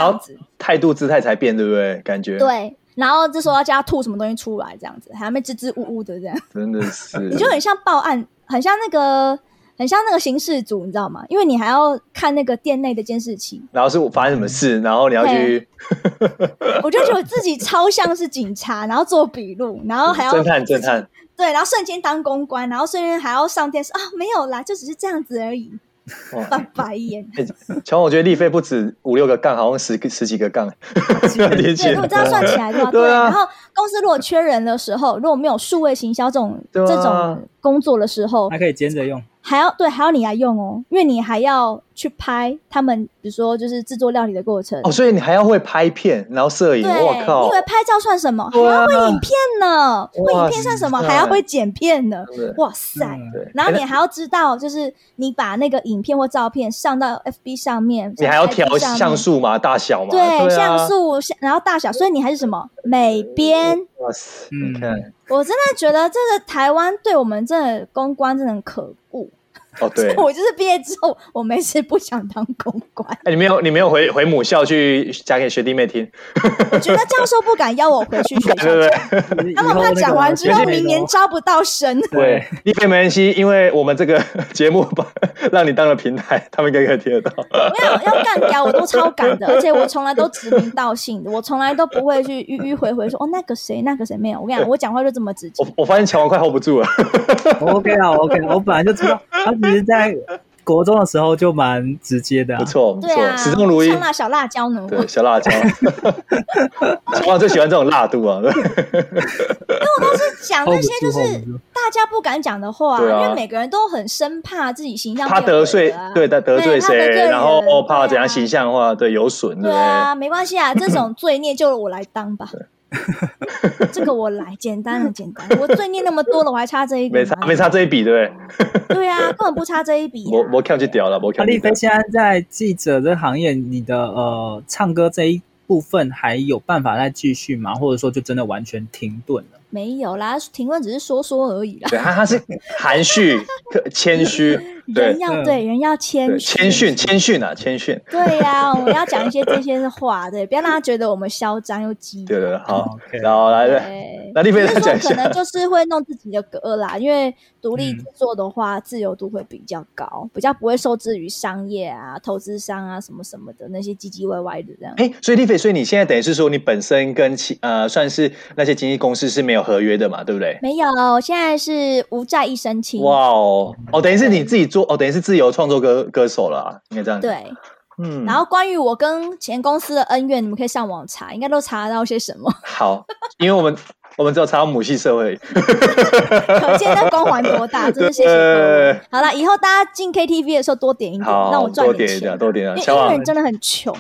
Speaker 2: 然
Speaker 3: 样
Speaker 2: 后
Speaker 3: 子
Speaker 2: 态度姿态才变，对不对？感觉，
Speaker 3: 对，然后这时候要叫他吐什么东西出来，这样子，还没支支吾吾的这样，
Speaker 2: 真的是，
Speaker 3: 你就很像报案，很像那个，很像那个刑事组，你知道吗？因为你还要看那个店内的监视 器，
Speaker 2: 然后是我发生什么事，然后你要去
Speaker 3: 我就觉得我自己超像是警察，然后做笔录，然后还要
Speaker 2: 侦探侦探，
Speaker 3: 对，然后瞬间当公关，然后瞬间还要上电视啊，没有啦，就只是这样子而已，
Speaker 2: 哇，
Speaker 3: 翻白眼。
Speaker 2: 乔王，我觉得立飞不止五六个杠，好像十个十几个杠， 理
Speaker 3: 对，
Speaker 2: 解
Speaker 3: 如。果这样算起 来的话，
Speaker 2: 对
Speaker 3: 对。
Speaker 2: 啊
Speaker 3: 然后公司如果缺人的时候，如果没有数位行销这种
Speaker 2: 对啊
Speaker 3: 这种工作的时候
Speaker 1: 还，可以兼着用，
Speaker 3: 还要对还要你来用哦，因为你还要去拍他们，比如说就是制作料理的过程。
Speaker 2: 哦，所以你还要会拍片，然后摄影，
Speaker 3: 对，
Speaker 2: 我靠！
Speaker 3: 你以为拍照算什么？还
Speaker 2: 对啊
Speaker 3: 要会影片呢，会影片算什么？
Speaker 2: 哇塞
Speaker 3: 还要会剪片呢
Speaker 2: 真的？
Speaker 3: 哇塞！
Speaker 1: 嗯
Speaker 2: 对，
Speaker 3: 然后你
Speaker 2: 哎
Speaker 3: 还要知道，就是你把那个影片或照片上到 FB 上面，
Speaker 2: 那你还要
Speaker 3: IG
Speaker 2: 调
Speaker 3: 上面
Speaker 2: 像，素嘛，大小嘛，
Speaker 3: 对，
Speaker 2: 对啊
Speaker 3: 像，素，像然后大小，所以你还是什么美编。
Speaker 2: 哇塞，
Speaker 1: 嗯
Speaker 2: 你看，
Speaker 3: 我真的觉得这个台湾对我们这公关真的很可恶。，
Speaker 2: 哦对
Speaker 3: 我就是毕业之后，我没事不想当公关，
Speaker 2: 哎，你没有你没有回回母校去讲给学弟妹听，
Speaker 3: 我觉得教授不敢要我回去学
Speaker 2: 对
Speaker 3: 校
Speaker 2: 不对
Speaker 3: 讲。？他们怕讲完之后，明年
Speaker 1: 照
Speaker 3: 招不到生。
Speaker 2: 对，一飞没关系，因为我们这个 节目把让你当了平台，他们应该可以听得到。
Speaker 3: 没有要干掉， 我都超敢的，而且我从来都指名道姓的，我从来都不会去迂迂回回说哦那个谁那个谁没有。我跟你讲，我讲话就这么直接
Speaker 2: 我。我发现乔王快 hold 不住了，
Speaker 1: OK 啊 OK，啊我本来就知道，他其实在国中的时候就蛮直接的啊、
Speaker 2: 不错不
Speaker 3: 对
Speaker 2: 错，
Speaker 3: 啊，
Speaker 2: 始终如一
Speaker 3: 像。那小辣椒呢？我
Speaker 2: 对，小辣椒， 乔王最喜欢这种辣度啊，对
Speaker 3: 讲
Speaker 1: ，hold
Speaker 3: 那
Speaker 1: 不
Speaker 3: 些就
Speaker 1: 住，hold 不
Speaker 3: 是
Speaker 1: 住。
Speaker 3: 大家不敢讲的话、
Speaker 2: 对啊
Speaker 3: 因为每个人都很生怕自己形象
Speaker 2: 怕
Speaker 3: 变
Speaker 2: 得
Speaker 3: 毁
Speaker 2: 罪
Speaker 3: 了啊，
Speaker 2: 对得得罪
Speaker 3: 对怕得
Speaker 2: 谁，
Speaker 3: 罪人
Speaker 2: 然后怕
Speaker 3: 对啊
Speaker 2: 怎样形象化，对有损，对不
Speaker 3: 对
Speaker 2: 对？
Speaker 3: 啊，没关系啊，这种罪孽就我来当 吧。这个我来，简单的简单。我罪孽那么多了，我还差这一个
Speaker 2: 没
Speaker 3: 吗
Speaker 2: 差没差这一笔，对不对？
Speaker 3: 对啊，根本不差这一笔啊、
Speaker 2: 我我看就屌了，我
Speaker 1: 那
Speaker 2: 看。
Speaker 1: 丽飞现在在记者这行业，你的呃唱歌这一部分还有办法再继续吗？或者说就真的完全停顿了？
Speaker 3: 没有啦，停问只是说说而已啦。
Speaker 2: 对他他是含蓄、可谦虚，对
Speaker 3: 人要
Speaker 1: 嗯
Speaker 3: 对人要
Speaker 2: 对
Speaker 3: 谦虚，
Speaker 2: 谦逊谦逊啊，谦逊。
Speaker 3: 对呀、我们要讲 一些这些的话，对，不要让他觉得我们嚣张又激
Speaker 2: 对
Speaker 3: 动。
Speaker 2: 对对，好
Speaker 1: OK，
Speaker 2: 然后来来
Speaker 3: 对，
Speaker 2: 那丽
Speaker 3: 只
Speaker 2: 飞再
Speaker 3: 是
Speaker 2: 讲
Speaker 3: 说
Speaker 2: 一
Speaker 3: 可能
Speaker 2: 下。
Speaker 3: 就是会弄自己的歌啦，因为独立
Speaker 1: 嗯
Speaker 3: 制作的话，自由度会比较高，比较不会受制于商业啊、投资商啊什么什么的那些唧唧歪歪的这样。
Speaker 2: 哎，所以丽飞，所以你现在等于是说你本身跟其呃算是那些经纪公司是没有合约的嘛，对不对？
Speaker 3: 没有，现在是无债一身轻。
Speaker 2: 哇哦，哦，等于是你自己做，哦，等于是自由创作歌歌手了啊，应该这样。，
Speaker 3: 对，
Speaker 2: 嗯，
Speaker 3: 然后关于我跟前公司的恩怨，你们可以上网查，应该都查得到些什 么。
Speaker 2: 好，因为我们我们只有查到母系社会，
Speaker 3: 可见那光环多大， 真的谢谢各
Speaker 2: 对
Speaker 3: 位。好啦，以后大家进 KTV 的时候多点一点，
Speaker 2: 好，
Speaker 3: 嗯让我赚
Speaker 2: 多点一
Speaker 3: 钱
Speaker 2: 点，。多点一点，
Speaker 3: 因为
Speaker 2: 乔
Speaker 3: 音乐
Speaker 2: 王
Speaker 3: 人，真的很穷，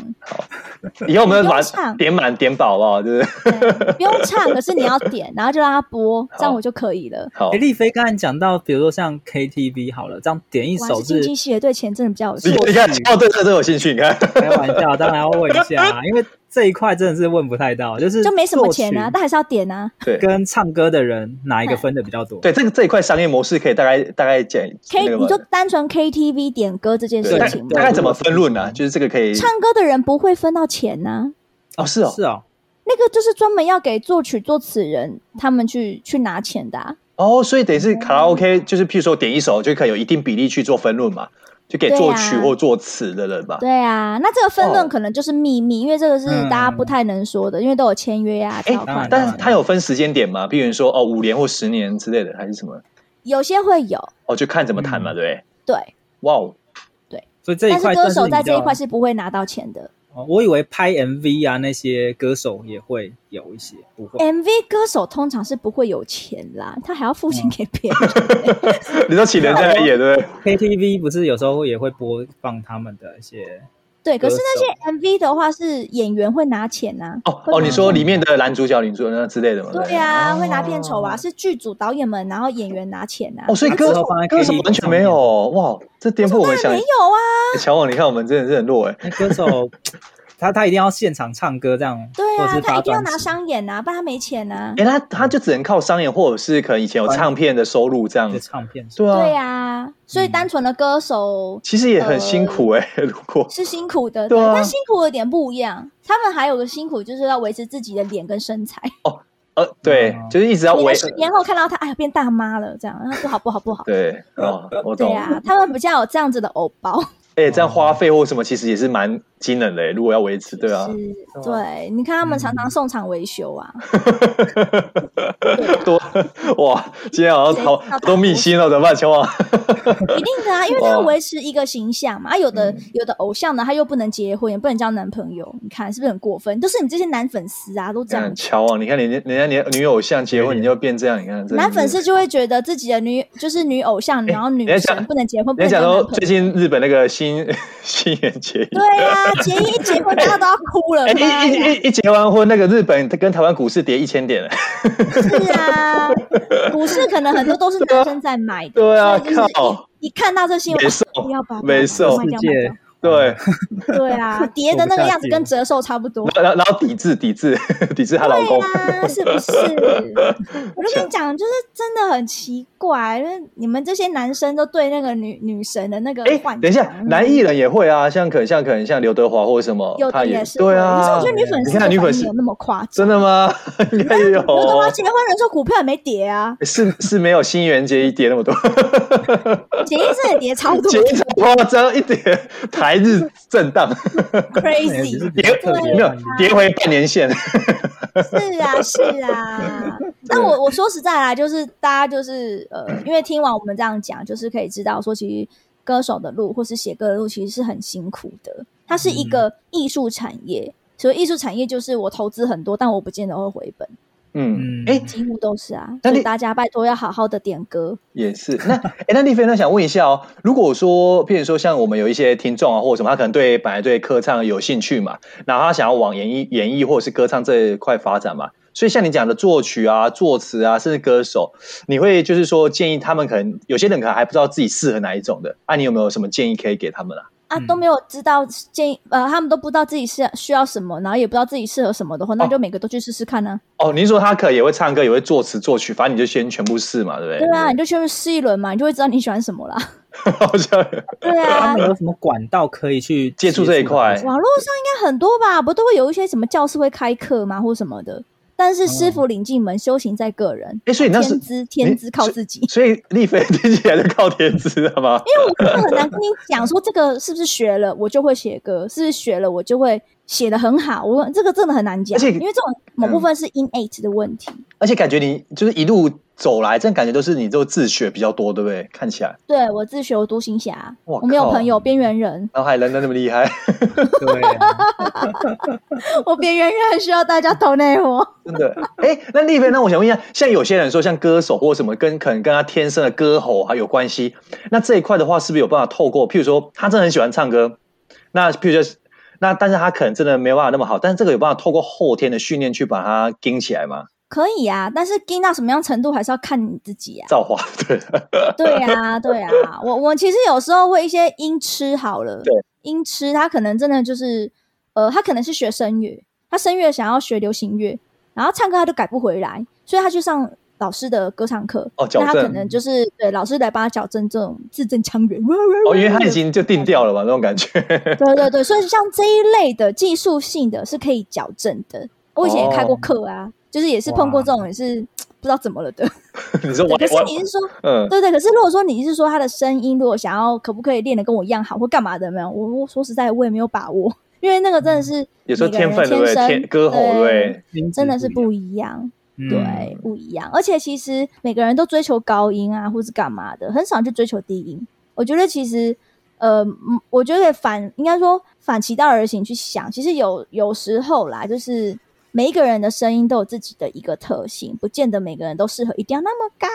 Speaker 2: 以后我们
Speaker 3: 不用
Speaker 2: 把
Speaker 3: 唱
Speaker 2: 点满点饱好不好？就是
Speaker 3: 对不用唱，可是你要点，然后就让他播，这样我就可以了。
Speaker 2: 好
Speaker 1: 哎、，丽飞刚才讲到，比如说像 KTV 好了，这样点一
Speaker 3: 我还
Speaker 1: 首
Speaker 3: 是经
Speaker 1: 是
Speaker 3: 济系的，对钱真的比较有兴
Speaker 2: 你
Speaker 3: 趣。
Speaker 2: 你看，哦，对对对，有兴趣，你看，
Speaker 1: 开玩笑，当然要问一下啊，因为这一块真的是问不太到，就是
Speaker 3: 就没什么钱
Speaker 1: 作
Speaker 3: 啊
Speaker 1: 曲，
Speaker 3: 但还是要点啊。
Speaker 2: 对
Speaker 1: 跟唱歌的人哪一个分的比较多？
Speaker 2: 对，这个这一块商业模式可以大概大概讲
Speaker 3: K
Speaker 2: 那个
Speaker 3: 你
Speaker 2: 吧
Speaker 3: 就单纯 KTV 点歌这件
Speaker 2: 对
Speaker 3: 事
Speaker 2: 大
Speaker 3: 情
Speaker 2: 大
Speaker 3: 嘛，
Speaker 2: 概怎么分论呢？就是这个可以
Speaker 3: 唱歌的人不会分到钱呐、
Speaker 2: 哦，是哦
Speaker 1: 是，哦，
Speaker 3: 那个就是专门要给作曲作词人他们去去拿钱的、啊。
Speaker 2: 哦，所以等于是卡拉 OK，就是譬如说点一首就可以有一定比例去做分论嘛，就给
Speaker 3: 对啊
Speaker 2: 作曲或作词的人嘛。
Speaker 3: 对啊，那这个分
Speaker 2: 哦
Speaker 3: 论可能就是秘密，因为这个是
Speaker 1: 嗯
Speaker 3: 大家不太能说的，因为都有签约啊
Speaker 2: 哎
Speaker 1: 当
Speaker 3: 条款
Speaker 1: 然。
Speaker 2: 但是它有分时间点嘛？譬如说哦，五年或十年之类的，还是什么？
Speaker 3: 有些会有，
Speaker 2: 哦，就看怎么谈嘛，
Speaker 1: 嗯
Speaker 2: 对不对？
Speaker 3: 对，
Speaker 2: 哇哦，
Speaker 1: 所以这一
Speaker 3: 但是
Speaker 1: 块
Speaker 3: 歌
Speaker 1: 算
Speaker 3: 手
Speaker 1: 比
Speaker 3: 在这一
Speaker 1: 较
Speaker 3: 块是不会拿到钱的。
Speaker 1: 哦，我以为拍 MV 啊，那些歌手也会有一些，不会。
Speaker 3: MV 歌手通常是不会有钱啦，他还要付钱给别人。
Speaker 2: 你说请人家来演，对不对？
Speaker 1: KTV 不是有时候也会播放他们的一些，
Speaker 3: 对，可是
Speaker 1: 歌
Speaker 3: 那些 MV 的话是演员会拿钱呐、
Speaker 2: 哦
Speaker 3: 会
Speaker 2: 哦，
Speaker 3: 拿
Speaker 2: 你说里面的男主角、女主角那之类的嘛？
Speaker 3: 对
Speaker 2: 不
Speaker 3: 啊，会拿片酬啊，是剧组导演们，然后演员拿钱啊。
Speaker 2: 哦，所以
Speaker 1: 那
Speaker 2: 歌
Speaker 1: 之后
Speaker 2: 手
Speaker 1: 放在
Speaker 2: 歌手
Speaker 1: KTV
Speaker 2: 完全没有哇，这颠覆我们想
Speaker 3: 没有啊，
Speaker 2: 欸乔王，你看我们真的是很弱哎、
Speaker 1: 那歌 手他他一定要现场唱歌这样，
Speaker 3: 对
Speaker 1: 或者
Speaker 3: 啊，
Speaker 1: 是
Speaker 3: 他
Speaker 1: 发
Speaker 3: 一定要
Speaker 1: 专
Speaker 3: 拿
Speaker 1: 辑，
Speaker 3: 商演啊，不然他没钱啊。
Speaker 2: 欸，他他就只能靠商演，或者是可能以前有唱片的收入这样
Speaker 1: 就
Speaker 2: 子。
Speaker 1: 唱片。
Speaker 2: 对啊，
Speaker 3: 对啊，所以单纯的歌手
Speaker 2: 其实也很辛苦哎、欸。如果
Speaker 3: 是辛苦的，
Speaker 2: 对啊
Speaker 3: 但辛苦有点不一样。他们还有个辛苦，就是要维持自己的脸跟身材。
Speaker 2: 呃，对，就是一直要
Speaker 3: 你在
Speaker 2: 维
Speaker 3: 十年后看到他，哎呀，变大妈了，这样，啊不好，不好，不好。
Speaker 2: 对哦， 我
Speaker 3: 对
Speaker 2: 懂。哎、
Speaker 3: 啊，他们比较有这样子的偶包。
Speaker 2: 这样花费或什么，其实也是蛮惊人的、欸。如果要维持，对啊，嗯
Speaker 3: 是，对，你看他们常常送厂维修啊，
Speaker 2: 多 哇，今天好像好好多秘辛哦，怎么办，乔王？
Speaker 3: 一定的啊，因为他要
Speaker 2: 哇嗯
Speaker 3: 维持一个形象嘛。啊，有的有的偶像呢，他又不能结婚，也不能交男朋友，你看是不是很过分？就是你这些男粉丝啊，都这 样
Speaker 2: 嗯，。乔王，你看人家人家你女偶像结婚，你就变这样，你看真的是哎
Speaker 3: 男粉丝就会觉得自己的女就是女偶像，然后女
Speaker 2: 人家讲
Speaker 3: 神不能结婚，不
Speaker 2: 人
Speaker 3: 能
Speaker 2: 家
Speaker 3: 交
Speaker 2: 讲
Speaker 3: 男
Speaker 2: 说，
Speaker 3: 朋
Speaker 2: 最
Speaker 3: 友。
Speaker 2: 近日本那个新 新垣结衣。
Speaker 3: 对啊，结一结婚大家都要哭了，
Speaker 2: 哎、
Speaker 3: 妈
Speaker 2: 一一
Speaker 3: 呀
Speaker 2: 一一结完婚，那个日本跟台湾股市跌一千点了。
Speaker 3: 是 啊，股市可能很多都是男生在买的，
Speaker 2: 啊对啊
Speaker 3: 所以就是
Speaker 2: 靠
Speaker 3: 一一看到这新闻
Speaker 2: 美售，
Speaker 3: 不要吧，
Speaker 2: 美售
Speaker 3: 卖
Speaker 1: 世
Speaker 3: 掉
Speaker 1: 界
Speaker 3: 卖
Speaker 2: 对，
Speaker 3: 掉对 啊，叠的那个样子跟折寿差不多，
Speaker 2: 然后然后抵制抵制抵制她老公。
Speaker 3: 对啊，是不 是？我就跟你讲，就是真的很奇怪，就是你们这些男生都对那个女女神的那个
Speaker 2: 哎、
Speaker 3: 幻想，嗯
Speaker 2: 等一下，男艺人也会啊，像可像可能像刘德华或什么
Speaker 3: 有，
Speaker 2: 他
Speaker 3: 的也是会，
Speaker 2: 对
Speaker 3: 可是我
Speaker 2: 啊
Speaker 3: 觉。得女粉丝
Speaker 2: 你看女粉丝
Speaker 3: 没有那么夸张。
Speaker 2: 真的吗？ 应该也有
Speaker 3: 刘德华
Speaker 2: 哦，
Speaker 3: 结婚的时候股票也没跌啊，
Speaker 2: 是是没有新垣结衣跌那么多，
Speaker 3: 结一次也跌超 多
Speaker 2: 结一场夸张一点，台日震荡，
Speaker 1: 也是
Speaker 3: ，crazy。
Speaker 1: 比较特别
Speaker 2: 没
Speaker 1: 的
Speaker 2: 有
Speaker 1: 案例
Speaker 2: 跌回半年线。
Speaker 3: 是啊，是啊。但我我说实在啦，就是大家就是呃，因为听完我们这样讲，就是可以知道说，其实歌手的路或是写歌的路，其实是很辛苦的。它是一个艺术产业，所以艺术产业就是我投资很多，但我不见得会回本，
Speaker 1: 嗯，
Speaker 2: 嗯，哎、
Speaker 3: 几乎都是啊。
Speaker 2: 那
Speaker 3: 所
Speaker 2: 你
Speaker 3: 以大家拜托要好好的点歌，
Speaker 2: 也是。那哎、那丽菲呢？想问一下哦，如果说，譬如说像我们有一些听众啊，或者什么，他可能对本来对歌唱有兴趣嘛，然后他想要往演艺、演艺或者是歌唱这一块发展嘛，所以像你讲的作曲啊、作词啊，甚至歌手，你会就是说建议他们可能有些人可能还不知道自己适合哪一种的，啊，你有没有什么建议可以给他们啊？
Speaker 3: 啊，
Speaker 1: 嗯
Speaker 3: 都没有知道建议，呃，他们都不知道自己是需要什么，然后也不知道自己适合什么的话，那
Speaker 2: 哦
Speaker 3: 就每个都去试试看啊呢、
Speaker 2: 哦，您说他可能也会唱歌，也会作词作曲，反正你就先全部试嘛，对不对？
Speaker 3: 对啊，你就去试一轮嘛，你就会知道你喜欢什么啦。
Speaker 2: 好像
Speaker 3: 对啊
Speaker 1: 他，们有什么管道可以去
Speaker 2: 接触这一块
Speaker 1: 接触到
Speaker 3: 网络上应该很多吧？不都会有一些什么教师会开课吗，或什么的？但是师傅领进门，修行在个人。
Speaker 2: 哎所哦以那是
Speaker 3: 天资，天资靠自己。
Speaker 2: 所以丽菲听起来就靠 天资了吗？
Speaker 3: 因为我真的很难跟你讲说这个是不是学了我就会写歌，是不是学了我就会写的很好。我这个真的很难讲，
Speaker 2: 而且嗯
Speaker 3: 因为这种某部分是 innate 的问题。
Speaker 2: 而且感觉你就是一路走来，这样感觉都是你就自学比较多，对不对？看起来，
Speaker 3: 对我自学我独行侠，
Speaker 2: 哇
Speaker 3: 我没有
Speaker 2: 靠
Speaker 3: 朋友，边缘 人，
Speaker 2: 然后还人的那么厉害，
Speaker 1: 对啊，
Speaker 3: 我边缘人很需要大家投内我。
Speaker 2: 真的。哎，那丽菲，那我想问一下，像有些人说，像歌手或什么，跟可能跟他天生的歌喉啊还有关系。那这一块的话，是不是有办法透过，譬如说他真的很喜欢唱歌，那譬如说，那但是他可能真的没办法那么好，但是这个有办法透过后天的训练去把它盯起来吗？
Speaker 3: 可以啊，但是盯到什么样程度还是要看你自己啊。
Speaker 2: 造化，对， 哦
Speaker 3: 对啊，对啊，我我其实有时候会一些音痴好了，
Speaker 2: 对，
Speaker 3: 音痴他可能真的就是，呃，他可能是学声乐，他声乐想要学流行乐，然后唱歌他就改不回来，所以他去上老师的歌唱课，
Speaker 2: 哦矫
Speaker 3: 那他可
Speaker 2: 正
Speaker 3: 能就是对老师来帮他矫正这种字正腔圆，
Speaker 2: 哦，因为他已经就定调了嘛，那种感觉。
Speaker 3: 对对对，所以像这一类的技术性的是可以矫正的，我以前也开
Speaker 2: 哦
Speaker 3: 过课啊，就是也是碰过这种也是不知道怎么了的，
Speaker 2: 你说
Speaker 3: 对，
Speaker 2: 我
Speaker 3: 可是
Speaker 2: 我
Speaker 3: 你是说。
Speaker 2: 嗯，
Speaker 3: 对对，可是如果说你是说他的声音，如果想要可不可以练得跟我一样好，或干嘛的没有？我我说实在，我也没有把握， 因为那个真的是
Speaker 2: 嗯有时候
Speaker 3: 每个人
Speaker 2: 天分对不
Speaker 3: 天
Speaker 2: 对？
Speaker 3: 生
Speaker 2: 天歌喉对不对？嗯
Speaker 1: 音质
Speaker 3: 真的是
Speaker 1: 一
Speaker 3: 不一样，
Speaker 1: 样
Speaker 3: 对，，不一样。而且其实每个人都追求高音啊，或是干嘛的，很少去追求低音。我觉得其实，呃，嗯我觉得反应该说反其道而行去想，其实有有时候啦，就是。每一个人的声音都有自己的一个特性，不见得每个人都适合一定要那么高。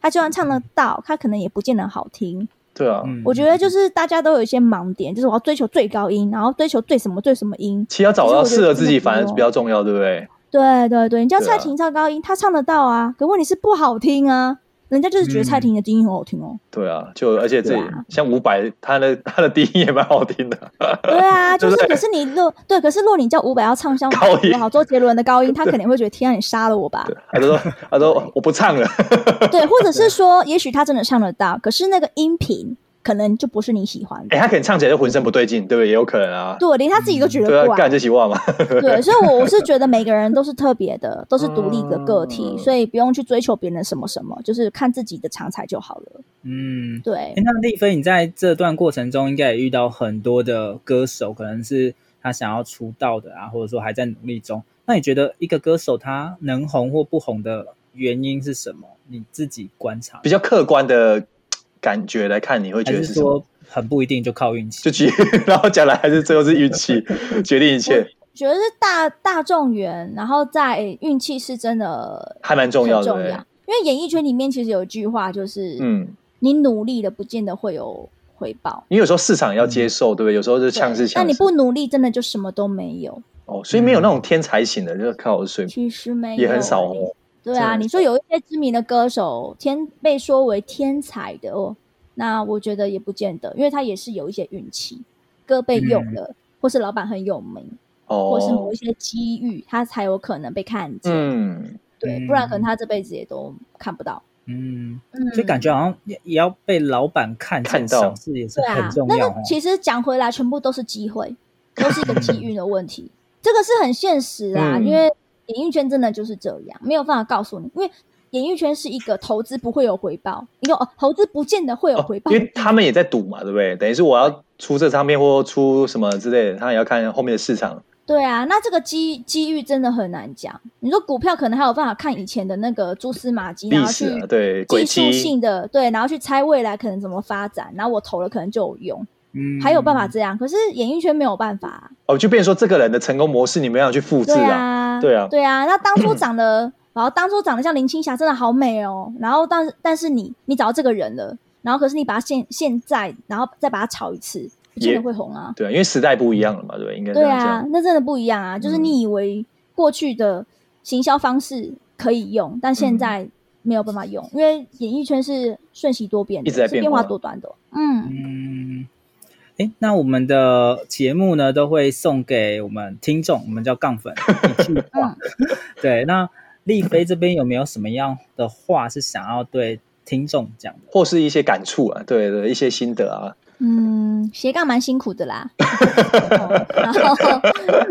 Speaker 3: 他就算唱得到，他可能也不见得好听。
Speaker 2: 对啊，
Speaker 1: 嗯
Speaker 3: 我觉得就是大家都有一些盲点，就是我要追求最高音，然后追求最什么最什么音。
Speaker 2: 其实要找到
Speaker 3: 可是我觉
Speaker 2: 适
Speaker 3: 得
Speaker 2: 合自己，
Speaker 3: 真的
Speaker 2: 反
Speaker 3: 没有
Speaker 2: 而比较重要，对不对？
Speaker 3: 对对对，你叫
Speaker 2: 对啊
Speaker 3: 蔡琴唱高音，她唱得到啊，可问题是不好听啊。人家就是觉得
Speaker 2: 嗯
Speaker 3: 蔡琴的低音很好听哦。
Speaker 2: 对啊，就而且这、
Speaker 3: 对啊
Speaker 2: 像伍佰，他的他的低音也蛮好听的，
Speaker 3: 对啊，就是
Speaker 2: 对
Speaker 3: 可是你若对，可是若你叫伍佰要唱像
Speaker 2: 高音
Speaker 3: 我好周杰伦的高音，他肯定会觉得天啊，你杀了我吧。
Speaker 2: 他 就说他说我不唱了，
Speaker 3: 对，或者是说，也许他真的唱得到，可是那个音频可能就不是你喜欢的。
Speaker 2: 哎、他可能唱起来就浑身不对劲，对不对？也有可能啊，
Speaker 3: 对，连他自己都觉
Speaker 2: 对
Speaker 3: 得
Speaker 2: 啊，
Speaker 3: 怪。
Speaker 2: 干这席话嘛，
Speaker 3: 对，所以我我是觉得每个人都是特别的，都是独立的个体，
Speaker 2: 嗯
Speaker 3: 所以不用去追求别人什么什么，就是看自己的长才就好了。
Speaker 1: 嗯。嗯
Speaker 3: 对
Speaker 1: 诶，那丽飞，你在这段过程中应该也遇到很多的歌手，可能是他想要出道的啊，或者说还在努力中。那你觉得一个歌手他能红或不红的原因是什么？你自己观察，
Speaker 2: 比较客观的感觉来看，你会
Speaker 1: 还
Speaker 2: 觉得
Speaker 1: 是
Speaker 2: 什么？
Speaker 1: 说很不一定就靠运气？嗯
Speaker 2: 就举，然后讲来还是最后是运 气决定一切，
Speaker 3: 觉得是大大众缘，然后在运气是真的
Speaker 2: 还蛮重
Speaker 3: 很
Speaker 2: 要的，
Speaker 3: 重
Speaker 2: 对不
Speaker 3: 要
Speaker 2: 对。
Speaker 3: 因为演艺圈里面其实有一句话，就是、
Speaker 2: 嗯，
Speaker 3: 你努力了，不见得会有回报。
Speaker 2: 因为有时候市场也要接受，对不对？有时候就是呛是
Speaker 3: 嗯那
Speaker 2: 呛
Speaker 3: 你
Speaker 2: 是。
Speaker 3: 不努力，真的就什么都没有。
Speaker 2: 哦，所以没有那种天才型的，就是靠水
Speaker 3: 其实没有，
Speaker 2: 嗯也很少哦。
Speaker 3: 对
Speaker 2: 真的
Speaker 3: 啊，
Speaker 2: 很
Speaker 3: 你说有一些知名的歌手天被说为天才的哦，那我觉得也不见得，因为他也是有一些运气，歌被用了，或是老板很有名，
Speaker 2: 嗯哦，
Speaker 3: 或是某一些机遇，他才有可能被看见。
Speaker 2: 嗯，
Speaker 3: 对，
Speaker 1: 嗯
Speaker 3: 不然可能他这辈子也都看不到。
Speaker 1: 嗯，
Speaker 3: 嗯，
Speaker 1: 所以感觉好像也也要被老板看
Speaker 2: 看
Speaker 1: 见，
Speaker 2: 到
Speaker 1: 赏识也是
Speaker 3: 对
Speaker 1: 很
Speaker 3: 啊
Speaker 1: 重，
Speaker 3: 那
Speaker 1: 要哦。
Speaker 3: 那其实讲回来，全部都是机会，都是一个机遇的问题。这个是很现实啊，
Speaker 2: 嗯
Speaker 3: 因为演艺圈真的就是这样，没有办法告诉你，因为演艺圈是一个投资不会有回报，一个哦投资不见得会有
Speaker 2: 哦
Speaker 3: 回报
Speaker 2: 因，为他们也在赌嘛，对不对？等于是我要出这唱片或出什么之类的，他也要看后面的市场。
Speaker 3: 对啊，那这个机机遇真的很难讲。你说股票可能还有办法看以前的那个蛛丝马迹，然
Speaker 2: 历
Speaker 3: 后
Speaker 2: 史
Speaker 3: 去
Speaker 2: 啊，对轨
Speaker 3: 技术
Speaker 2: 迹，
Speaker 3: 性的对，然后去猜未来可能怎么发展，然后我投了可能就有用，
Speaker 1: 嗯
Speaker 3: 还有办法这样。可是演艺圈没有办法啊、
Speaker 2: 哦，就变成说这个人的成功模式，你们要去复制
Speaker 3: 对
Speaker 2: 啊。
Speaker 3: 啊，
Speaker 2: 对啊
Speaker 3: 对啊。那当初长得， 然后当初长得像林青霞，真的好美哦。然后但但是你你找到这个人了，然后可是你把他现现在，然后再把他炒一次，不见
Speaker 2: 也
Speaker 3: 得会红啊。
Speaker 2: 对啊，因为时代不一样了嘛，对不对？应该这
Speaker 3: 对
Speaker 2: 样
Speaker 3: 啊
Speaker 2: 讲。，
Speaker 3: 那真的不一样啊。就是
Speaker 2: 嗯
Speaker 3: 你以为过去的行销方式可以用，但现在
Speaker 2: 嗯
Speaker 3: 没有办法用，因为演艺圈是瞬息多变的，
Speaker 2: 一直在
Speaker 3: 是
Speaker 2: 变
Speaker 3: 变化
Speaker 2: 化
Speaker 3: 多端的。嗯，
Speaker 1: 嗯，哎，那我们的节目呢，都会送给我们听众，我们叫杠粉一句话。 对，那丽飞这边有没有什么样的话是想要对听众讲的？
Speaker 2: 或是一些感触啊，对对，一些心得啊，
Speaker 3: 嗯，斜杠蛮辛苦的啦。哦然后，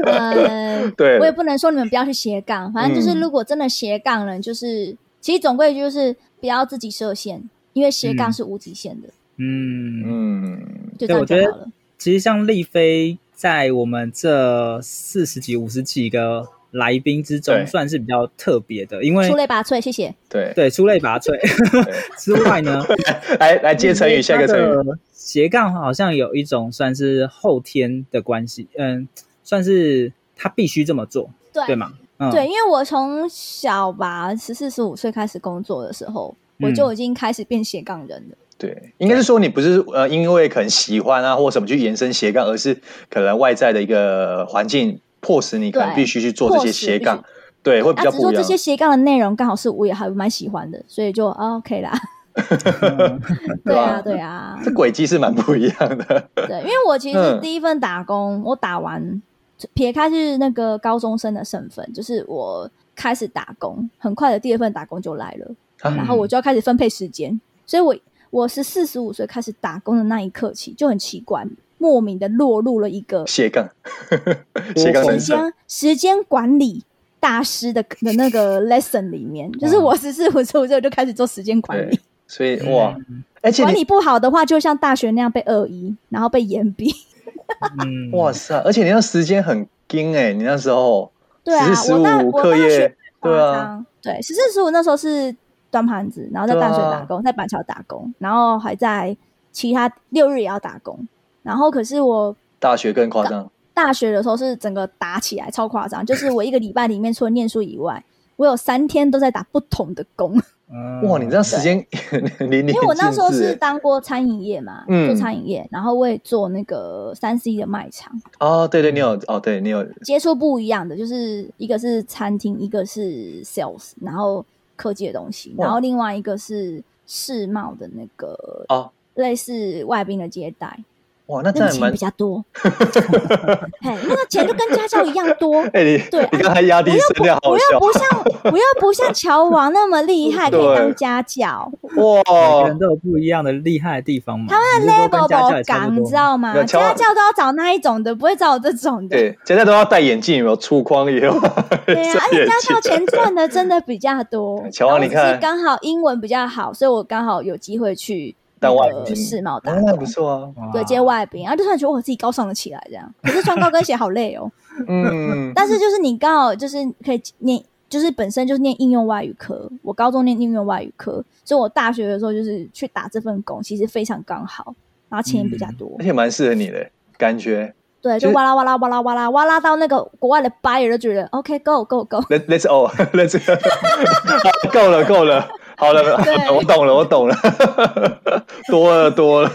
Speaker 3: 呃，
Speaker 2: 对
Speaker 3: 我也不能说你们不要去斜杠，反正就是如果真的斜杠了，就是、其实总归就是不要自己设限，因为斜杠
Speaker 1: 嗯
Speaker 3: 是无极限的，
Speaker 1: 嗯，
Speaker 2: 嗯，
Speaker 3: 就这
Speaker 1: 对，我
Speaker 3: 样就
Speaker 1: 觉
Speaker 3: 好了
Speaker 1: 得。其实像丽飞在我们这四十几、五十几个来宾之
Speaker 2: 对
Speaker 1: 中，算是比较特别的，因为
Speaker 3: 出类拔萃，谢谢。
Speaker 2: 对，
Speaker 1: 对出类拔萃 之外呢，
Speaker 2: 来来接成语，下一个成语，。
Speaker 1: 斜杠好像有一种算是后天的关系，嗯，算是他必须这么做，
Speaker 3: 对
Speaker 1: 对吗？嗯，
Speaker 3: 对，因为我从小吧，十四十五岁开始工作的时候，我
Speaker 1: 嗯
Speaker 3: 就已经开始变斜杠人了。
Speaker 2: 对，应该是说你不是呃，因为可能喜欢啊或什么去延伸斜杠，而是可能外在的一个环境迫使你可能
Speaker 3: 对
Speaker 2: 必须去做这些斜杠
Speaker 3: 迫，
Speaker 2: 对，会比
Speaker 3: 啊，
Speaker 2: 较
Speaker 3: 只
Speaker 2: 不
Speaker 3: 是说
Speaker 2: 一
Speaker 3: 这
Speaker 2: 样
Speaker 3: 些。斜杠的内容刚好是我也还蛮喜欢的，所以就、哦、OK 啦。对啊，对啊，
Speaker 2: 这轨迹是蛮不一样的，
Speaker 3: 对，因为我其实
Speaker 2: 嗯
Speaker 3: 第一份打工，我打完，撇开是那个高中生的身份，就是我开始打工，很快的第二份打工就来了，
Speaker 2: 啊
Speaker 3: 然后我就要开始分配时间，所以我我十四十五岁开始打工的那一刻起，就很奇怪，莫名的落入了一个
Speaker 2: 斜杠，斜杠人
Speaker 3: 时
Speaker 2: 生，
Speaker 3: 间时间管理。大师的的那个 lesson 里面，就是我十四五十五岁我就开始做时间管理，
Speaker 2: 哦对，所以哇，而且
Speaker 3: 管
Speaker 2: 你
Speaker 3: 理不好的话，就像大学那样被恶意，然后被严逼。
Speaker 1: 嗯，
Speaker 2: 哇塞，而且你那时间很紧哎，你那时候
Speaker 3: 对啊，
Speaker 2: 14
Speaker 3: 我大
Speaker 2: 15
Speaker 3: 我
Speaker 2: 课
Speaker 3: 大学
Speaker 2: 业
Speaker 3: 很夸
Speaker 2: 对啊
Speaker 3: 张，对，十四十五那时候是端盘子，然后在淡水
Speaker 2: 对啊
Speaker 3: 打工，在板桥打工，然后还在其他六日也要打工，然后可是我
Speaker 2: 大学更夸张，
Speaker 3: 大学的时候是整个打起来，超夸张，就是我一个礼拜里面除了念书以外。我有三天都在打不同的工，
Speaker 1: 嗯
Speaker 2: 哇，你这样时间 淋漓尽致，欸
Speaker 3: 因为我那时候是当过餐饮业嘛，
Speaker 2: 嗯
Speaker 3: 做餐饮业，然后我也做那个三 C 的卖场，
Speaker 2: 哦，对对，你有哦，对你有
Speaker 3: 接触不一样的，就是一个是餐厅，一个是 sales，然后科技的东西，
Speaker 2: 哇
Speaker 3: 然后另外一个是世贸的那个
Speaker 2: 哦，
Speaker 3: 类似外宾的接待，
Speaker 2: 哇，那
Speaker 3: 那
Speaker 2: 真
Speaker 3: 个
Speaker 2: 的
Speaker 3: 钱
Speaker 2: 蛮
Speaker 3: 比，较 多，嘿，那个钱就跟家教一样多。
Speaker 2: 哎，你
Speaker 3: 对
Speaker 2: 你刚才压低
Speaker 3: 我又
Speaker 2: 声
Speaker 3: 不，
Speaker 2: 量 好
Speaker 3: 我
Speaker 2: 好
Speaker 3: 又不
Speaker 2: 笑，
Speaker 3: 像，我又不像乔王那么厉害，可以当
Speaker 2: 对
Speaker 3: 家教。
Speaker 1: 每个人
Speaker 2: 哇，
Speaker 1: 都有不一样的厉害的地方嘛。
Speaker 3: 他
Speaker 1: 们
Speaker 3: 那 level 不港，你知道吗？
Speaker 2: 对乔
Speaker 3: 家
Speaker 2: 王
Speaker 3: 教都要找那一种的，不会找我这种的。
Speaker 2: 对，现在都要戴眼镜，有没有粗框也有，
Speaker 3: 对啊，而
Speaker 2: 戴
Speaker 3: 且
Speaker 2: 眼
Speaker 3: 家
Speaker 2: 镜
Speaker 3: 教钱赚的真的比较
Speaker 2: 。
Speaker 3: 多
Speaker 2: 乔王
Speaker 3: 然后
Speaker 2: 你看
Speaker 3: 只是刚好英文比较好，所以我刚好有机会去
Speaker 2: 当外
Speaker 3: 那个
Speaker 2: 宾
Speaker 3: 世贸打
Speaker 2: 哎
Speaker 3: 工，
Speaker 2: 那不错啊，
Speaker 3: 对，接外宾，然后就突然觉得我自己高尚了起来，这样。可是穿高跟鞋好 累哦。
Speaker 2: 嗯，
Speaker 3: 但是就是你刚好就是可以念，就是本身就是念应用外语科，我高中念应用外语科，所以我大学的时候就是去打这份工，其实非常刚好，然后钱也比较多，
Speaker 2: 而且蛮适合你的感觉
Speaker 3: 对，
Speaker 2: 嗯其
Speaker 3: 就
Speaker 2: 实
Speaker 3: 哇啦哇啦哇啦哇啦哇啦到那个国外的 buyer 就觉得 OK go go go，
Speaker 2: ，Let Let's all Let's 好够了够了，好了，
Speaker 3: 对
Speaker 2: 我懂了，我懂了，多了多了，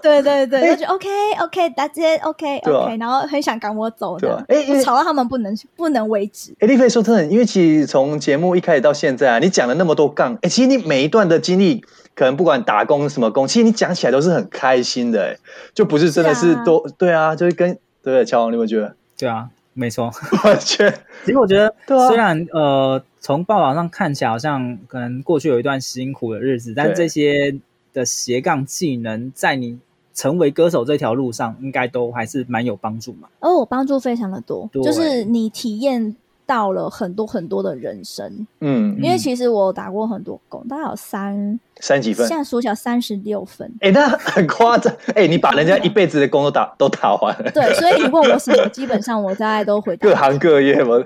Speaker 3: 对对对，他就 OK OK，大姐 OK
Speaker 2: 哎对啊
Speaker 3: OK，然后很想赶我走
Speaker 2: 对
Speaker 3: 的
Speaker 2: 啊，哎因为
Speaker 3: 吵到他们不能不能为止。
Speaker 2: 哎、丽菲说真的，因为其实从节目一开始到现在啊，你讲了那么多杠，哎、其实你每一段的经历，可能不管打工什么工，其实你讲起来都是很开心的、哎，就不是真的是
Speaker 3: 是啊
Speaker 2: 多，对啊，就是跟对不对？乔王，你有没有觉得？
Speaker 1: 对啊，没错。
Speaker 2: 完全
Speaker 1: 其实我觉得
Speaker 2: 对啊，
Speaker 1: 虽然呃，从报道上看起来好像可能过去有一段辛苦的日子，但
Speaker 2: 对
Speaker 1: 这些的斜杠技能，在你成为歌手这条路上，应该都还是蛮有帮助嘛。
Speaker 3: 而我哦帮助非常的多，
Speaker 1: 对
Speaker 3: 就是你体验到了很多很多的人生，
Speaker 2: 嗯，
Speaker 3: 因为其实我打过很多工，大概有三，
Speaker 2: 三几分
Speaker 3: 现？在数起来三十六分。
Speaker 2: 哎、那很夸 张，哎、你把人家一辈子的工都打都打完了，
Speaker 3: 对，所以你问我什么，基本上我大概都回答
Speaker 2: 各。行各业嘛，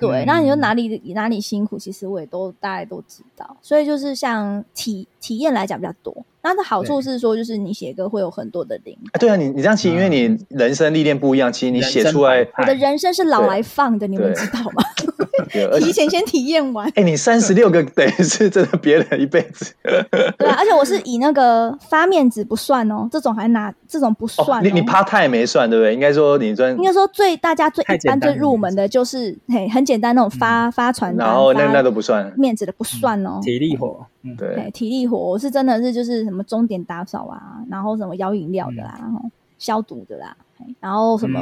Speaker 3: 对，那你说哪里哪里辛苦，其实我也都大概都知道。所以就是像体体验来讲比较多，那它好处是说，就是你写歌会有很多的灵
Speaker 2: 啊对啊，你你这样其实因为
Speaker 3: 嗯
Speaker 2: 你人生历练不一样，其实你
Speaker 1: 人
Speaker 2: 写
Speaker 1: 生
Speaker 2: 出来
Speaker 1: 百，
Speaker 3: 我
Speaker 1: 态
Speaker 3: 的人生是老来放的，你们
Speaker 2: 对
Speaker 3: 知道吗？
Speaker 2: 对而
Speaker 3: 提
Speaker 2: 且
Speaker 3: 前先体验 完，
Speaker 2: 哎、你三十六个等于是真的别人一辈子。
Speaker 3: 对啊，而且我是以那个发面子不算哦，这种还拿这种不算、
Speaker 2: 哦
Speaker 3: 哦。
Speaker 2: 你你 part time 没算对不对？应该说你专
Speaker 3: 应，该说最大家最
Speaker 1: 太
Speaker 3: 一
Speaker 1: 简
Speaker 3: 般
Speaker 1: 单
Speaker 3: 最
Speaker 1: 了
Speaker 3: 入门的就是嘿很简单那种发、发传
Speaker 2: 嗯
Speaker 3: 单，
Speaker 2: 然后那
Speaker 3: 发
Speaker 2: 那都不算。
Speaker 3: 面子的不算哦。
Speaker 1: 体力活，嗯，
Speaker 3: 嗯对，
Speaker 2: 对，
Speaker 3: 体力活我是真的是就是什么钟点打扫啊，然后什么摇饮料的啦，
Speaker 2: 嗯
Speaker 3: 然后消毒的啦，嘿然后什么、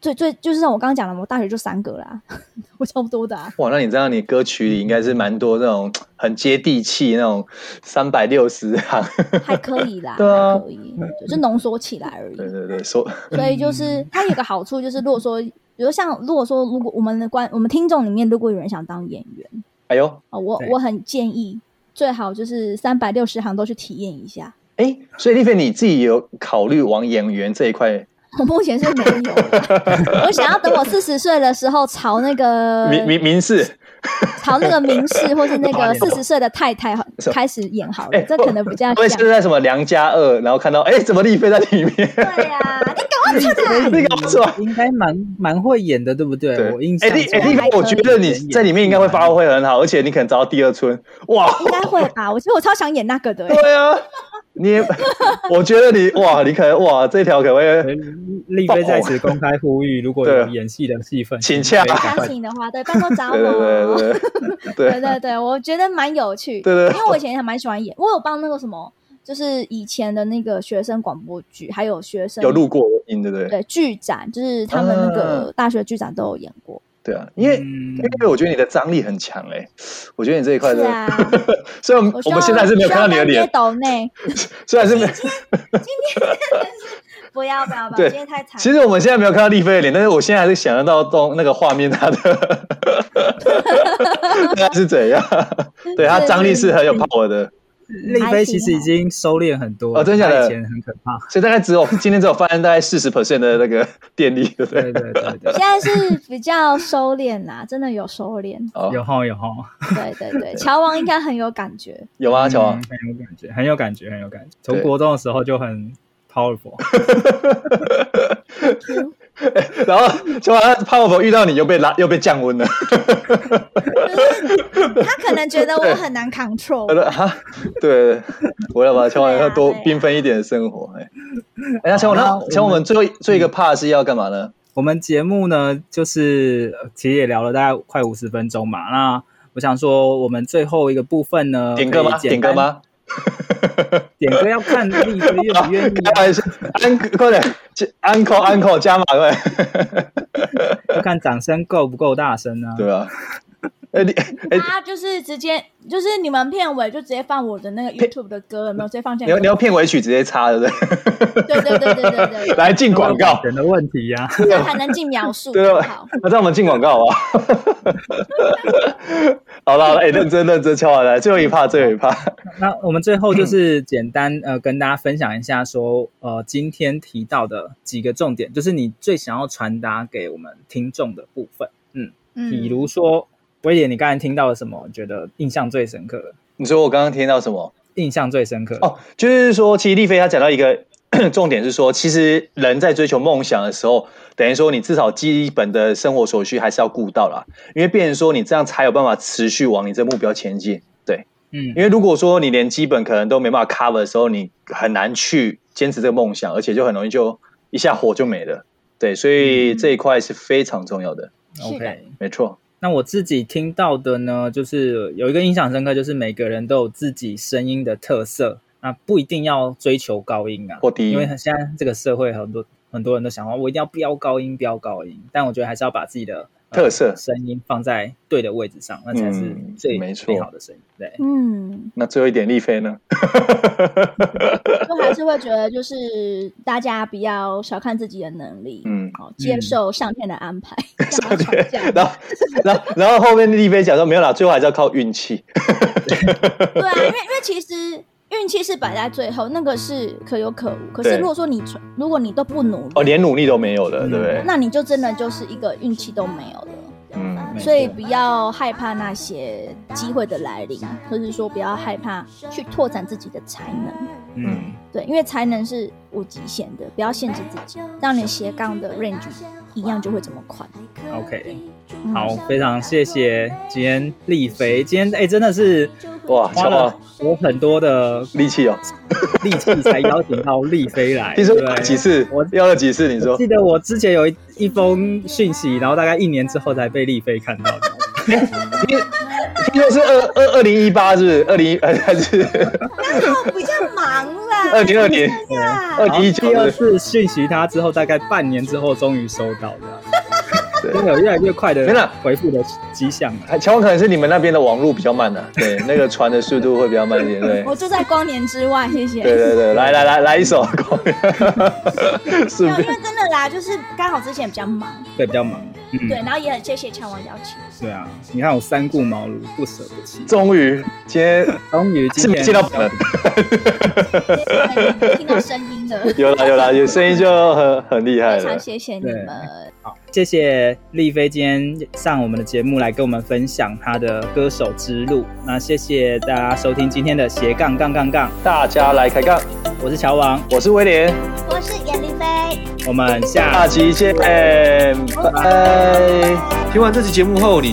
Speaker 3: 最最就是像我刚刚讲的，我大学就三个啦， 我差不多的、啊。
Speaker 2: 哇，那你知道你歌曲里应该是蛮多那种很接地气那种三百六十行，
Speaker 3: 还可以啦，
Speaker 2: 对啊
Speaker 3: 还可以，就浓缩起来而已。
Speaker 2: 对对对，嗯说
Speaker 3: 所以就是它有一个好处，就是如果说，比如像如果说，如果我们的观我们听众里面，如果有人想当演员
Speaker 2: 哎呦，
Speaker 3: 啊、我
Speaker 1: 对
Speaker 3: 我很建议最好就是三百六十行都去体验一下。
Speaker 2: 哎，所以丽菲你自己有考虑往演员这一块
Speaker 3: 我目前是没有 啦，我想要等我四十岁的时候，朝那个
Speaker 2: 民民民事？
Speaker 3: 朝那个名士或 是那
Speaker 1: 八
Speaker 3: 个
Speaker 1: 年后
Speaker 3: 四十岁的太太开始演好了
Speaker 2: 哎，，
Speaker 3: 这可能比较
Speaker 2: 会不会
Speaker 3: 像
Speaker 2: 是。在什么梁家二，然后看到哎，怎么丽菲在里面？
Speaker 3: 对啊呀，你赶快出来！
Speaker 2: 那个不错。
Speaker 1: 应该蛮蛮会演的，对不 对？
Speaker 2: 对
Speaker 1: 我印
Speaker 2: 哎，
Speaker 1: 象
Speaker 2: 丽
Speaker 1: 中
Speaker 2: 哎，丽菲，我觉得你
Speaker 1: 演技
Speaker 2: 在里面应该会发挥很好，而且你可能找到第二春。哇，
Speaker 3: 应该会吧？我其实我超想演那 个的欸，
Speaker 2: 对啊，你 也，我觉得你哇，你可能哇，这条可能会
Speaker 1: 丽菲呃在此公开呼吁，如果
Speaker 2: 对
Speaker 1: 有演戏的戏份，
Speaker 2: 请洽
Speaker 1: 可以赶快
Speaker 3: 相信的话，对，拜托找我。
Speaker 2: 对对对对
Speaker 3: 对
Speaker 2: 对
Speaker 3: 对对，我觉得蛮有趣。
Speaker 2: 对对对
Speaker 3: 因为我以前还蛮喜欢演，我有帮那个什么，就是以前的那个学生广播剧，还有学生
Speaker 2: 有录啊过音，对不对？
Speaker 3: 对剧展，就是他们那个大学剧展都有演过。
Speaker 2: 对啊，因为、
Speaker 1: 嗯
Speaker 2: 因为我觉得你的张力很强哎、我觉得你这一块
Speaker 3: 是
Speaker 2: 真的，
Speaker 3: 啊，
Speaker 2: 虽然我们
Speaker 3: 需
Speaker 2: 我
Speaker 3: 要
Speaker 2: 们现在是没有看到你的
Speaker 3: 需要
Speaker 2: 脸
Speaker 3: 当街，斗内，
Speaker 2: 虽然是没有，
Speaker 3: 不要不要不要，
Speaker 2: 对
Speaker 3: 今天太惨。
Speaker 2: 其实我们现在没有看到丽菲的脸，但是我现在还是想得到动那个画面，她的大概是怎样？对，她张力是很有 power 的，
Speaker 1: 丽菲其实已经收敛很多了，
Speaker 2: 哦真的假的
Speaker 1: 她以前很可 怕。
Speaker 2: 所以大概只有今天只有发现大概四十 percent 的那个电力，对不对？
Speaker 1: 对对对对，
Speaker 3: 现在是比较收敛啦，真的有收敛。
Speaker 2: 哦，
Speaker 1: 有吼有吼，
Speaker 3: 对对 对，乔王应该很有感觉。
Speaker 2: 有吗？乔啊王
Speaker 1: 嗯，很有感觉，很有感觉，很有感觉。从
Speaker 2: 对
Speaker 1: 国中的时候就很 powerful，
Speaker 2: 然后乔王他 power 遇到你又被拉又被降温了，
Speaker 3: 他可能觉得我很难 control，
Speaker 2: 他说哈，对，我要把乔王
Speaker 3: 对啊
Speaker 2: 要多
Speaker 3: 对
Speaker 2: 缤
Speaker 3: 啊
Speaker 2: 纷一点的生活。哎，哎，那乔王，
Speaker 1: 好那
Speaker 2: 那
Speaker 1: 我
Speaker 2: 乔王，我
Speaker 1: 们
Speaker 2: 们最后一最后一个 part 是要干嘛呢？
Speaker 1: 我们节目呢，就是呃其实也聊了大概快五十分钟嘛。那我想说，我们最后一个部分呢，
Speaker 2: 点歌
Speaker 1: 可
Speaker 2: 吗？
Speaker 1: 以简
Speaker 2: 点
Speaker 1: 单
Speaker 2: 歌？吗？
Speaker 1: 点歌要 看丽菲愿不愿意
Speaker 2: 开
Speaker 1: 啊，
Speaker 2: 玩笑，安快点，uncle uncle 加码快点，
Speaker 1: 要看掌声够不够大声啊。
Speaker 2: 对吧？哎你哎，
Speaker 3: 他就是直接就是你们片尾就直接放我的那个 YouTube 的歌，有没有？直接放进
Speaker 2: 你
Speaker 3: 来
Speaker 2: 要你。要片尾曲直接插，对不
Speaker 3: 对对对对对
Speaker 2: 对？
Speaker 3: 对对，
Speaker 2: 来进广告，
Speaker 1: 人的问题啊呀、
Speaker 3: 这样才能进描述。
Speaker 2: 啊 对啊吧
Speaker 3: 好，？
Speaker 2: 那让我们进广告吧。 好了，好了，哎，认真认真，敲完了，最后一趴，最后一趴。
Speaker 1: 那我们最后就是简单呃跟大家分享一下说呃今天提到的几个重点，就是你最想要传达给我们听众的部分。
Speaker 3: 嗯
Speaker 1: 比如说，威廉，你刚才听到了什么？觉得印象最深刻的？
Speaker 2: 你说我刚刚听到什么？
Speaker 1: 印象最深刻的？
Speaker 2: 哦，就是说，其实丽菲她讲到一个 重点是说，其实人在追求梦想的时候，等于说你至少基本的生活所需还是要顾到啦，因为变成说你这样才有办法持续往你这目标前进。对，
Speaker 1: 嗯
Speaker 2: 因为如果说你连基本可能都没办法 cover 的时候，你很难去坚持这个梦想，而且就很容易就一下火就没了。对，所以
Speaker 1: 嗯
Speaker 2: 这一块是非常重要的，
Speaker 3: 是的
Speaker 1: ，OK。
Speaker 2: 没错。
Speaker 1: 那我自己听到的呢，就是有一个印象深刻，就是每个人都有自己声音的特色，那不一定要追求高音啊，
Speaker 2: 或低音
Speaker 1: 因为现在这个社会很多很多人都想说，我一定要飙高音，飙高音，但我觉得还是要把自己的、呃
Speaker 2: 特色
Speaker 1: 声音放在对的位置上，那才是
Speaker 2: 嗯
Speaker 1: 最、
Speaker 2: 没错
Speaker 1: 最好的声音。对，
Speaker 3: 嗯，
Speaker 2: 那最后一点，丽飞呢？
Speaker 3: 就还是会觉得就是大家不要小看自己的能力，
Speaker 2: 嗯
Speaker 3: 好接
Speaker 1: 嗯
Speaker 3: 受上天的安 排，上天
Speaker 2: 然后，然后，然后后面丽飞讲说没有啦，最后还是要靠运气。
Speaker 3: 对啊，因为因为其实运气是摆在最后，那个是可有可无。可是
Speaker 2: 对
Speaker 3: 如果说你如果你都不努
Speaker 2: 哦，
Speaker 3: 力，
Speaker 2: 连努力都没有了，
Speaker 1: 嗯
Speaker 2: 对不对？
Speaker 3: 那你就真的就是一个运气都没有了。
Speaker 2: 嗯
Speaker 1: 没错
Speaker 3: 所以不要害怕那些机会的来临，或是说不要害怕去拓展自己的才能。
Speaker 1: 嗯，
Speaker 3: 对，因为才能是无极限的，不要限制自己，让你斜杠的 range 一样就会这么宽。
Speaker 1: OK
Speaker 3: 嗯
Speaker 1: 好，非常谢谢今天丽肥，今天哎、真的是
Speaker 2: 哇，
Speaker 1: 花
Speaker 2: 小
Speaker 1: 了
Speaker 2: 花
Speaker 1: 我很多的
Speaker 2: 力气哦，
Speaker 1: 力气才邀请到丽飞来，
Speaker 2: 听说
Speaker 1: 对不对
Speaker 2: 几次
Speaker 1: 我，
Speaker 2: 要了几次？你
Speaker 1: 我
Speaker 2: 说
Speaker 1: 记得我之前有一一封讯息，然后大概一年之后才被丽飞看到的。
Speaker 2: 听说是二二二零一八是不是？二零 呃还是
Speaker 3: 比较忙啦
Speaker 2: 2020
Speaker 3: 啊
Speaker 2: 二
Speaker 1: 然后
Speaker 2: 零一九
Speaker 1: 第二
Speaker 2: 的？
Speaker 1: 次讯息他之后，大概半年之后终于收到的，
Speaker 2: 对
Speaker 1: 真的有越来越快
Speaker 2: 真的
Speaker 1: 的回复的迹象啊了。
Speaker 2: 哎还乔王可能是你们那边的网路比较慢呢、对，那个传的速度会比较慢一点， 对。
Speaker 3: 我就在光年之外，谢谢。
Speaker 2: 对对对，来来来来一首，
Speaker 3: 没
Speaker 2: 顺
Speaker 3: 有，因
Speaker 2: 便
Speaker 3: 为真的啦，就是刚好之前比较忙，
Speaker 1: 对，比较忙。嗯，
Speaker 3: 对，然后也很谢谢强王邀请。
Speaker 1: 对啊，你看我三顾茅庐，不舍不弃，
Speaker 2: 终于今天
Speaker 1: 终于
Speaker 2: 是
Speaker 1: 今
Speaker 2: 没
Speaker 1: 天
Speaker 2: 见到本人，
Speaker 3: 听到声 音了，
Speaker 2: 有啦有啦，有声音就很很厉害
Speaker 3: 非常
Speaker 2: 了。
Speaker 3: 谢谢你们。
Speaker 1: 谢谢丽飞今天上我们的节目来跟我们分享她的歌手之路。那谢谢大家收听今天的斜杠杠杠杠，
Speaker 2: 大家来开杠，
Speaker 1: 我是乔王，
Speaker 2: 我是威廉，
Speaker 3: 我是严丽飞，
Speaker 1: 我们下
Speaker 2: 下期见，拜。
Speaker 4: 听完这期节目后，你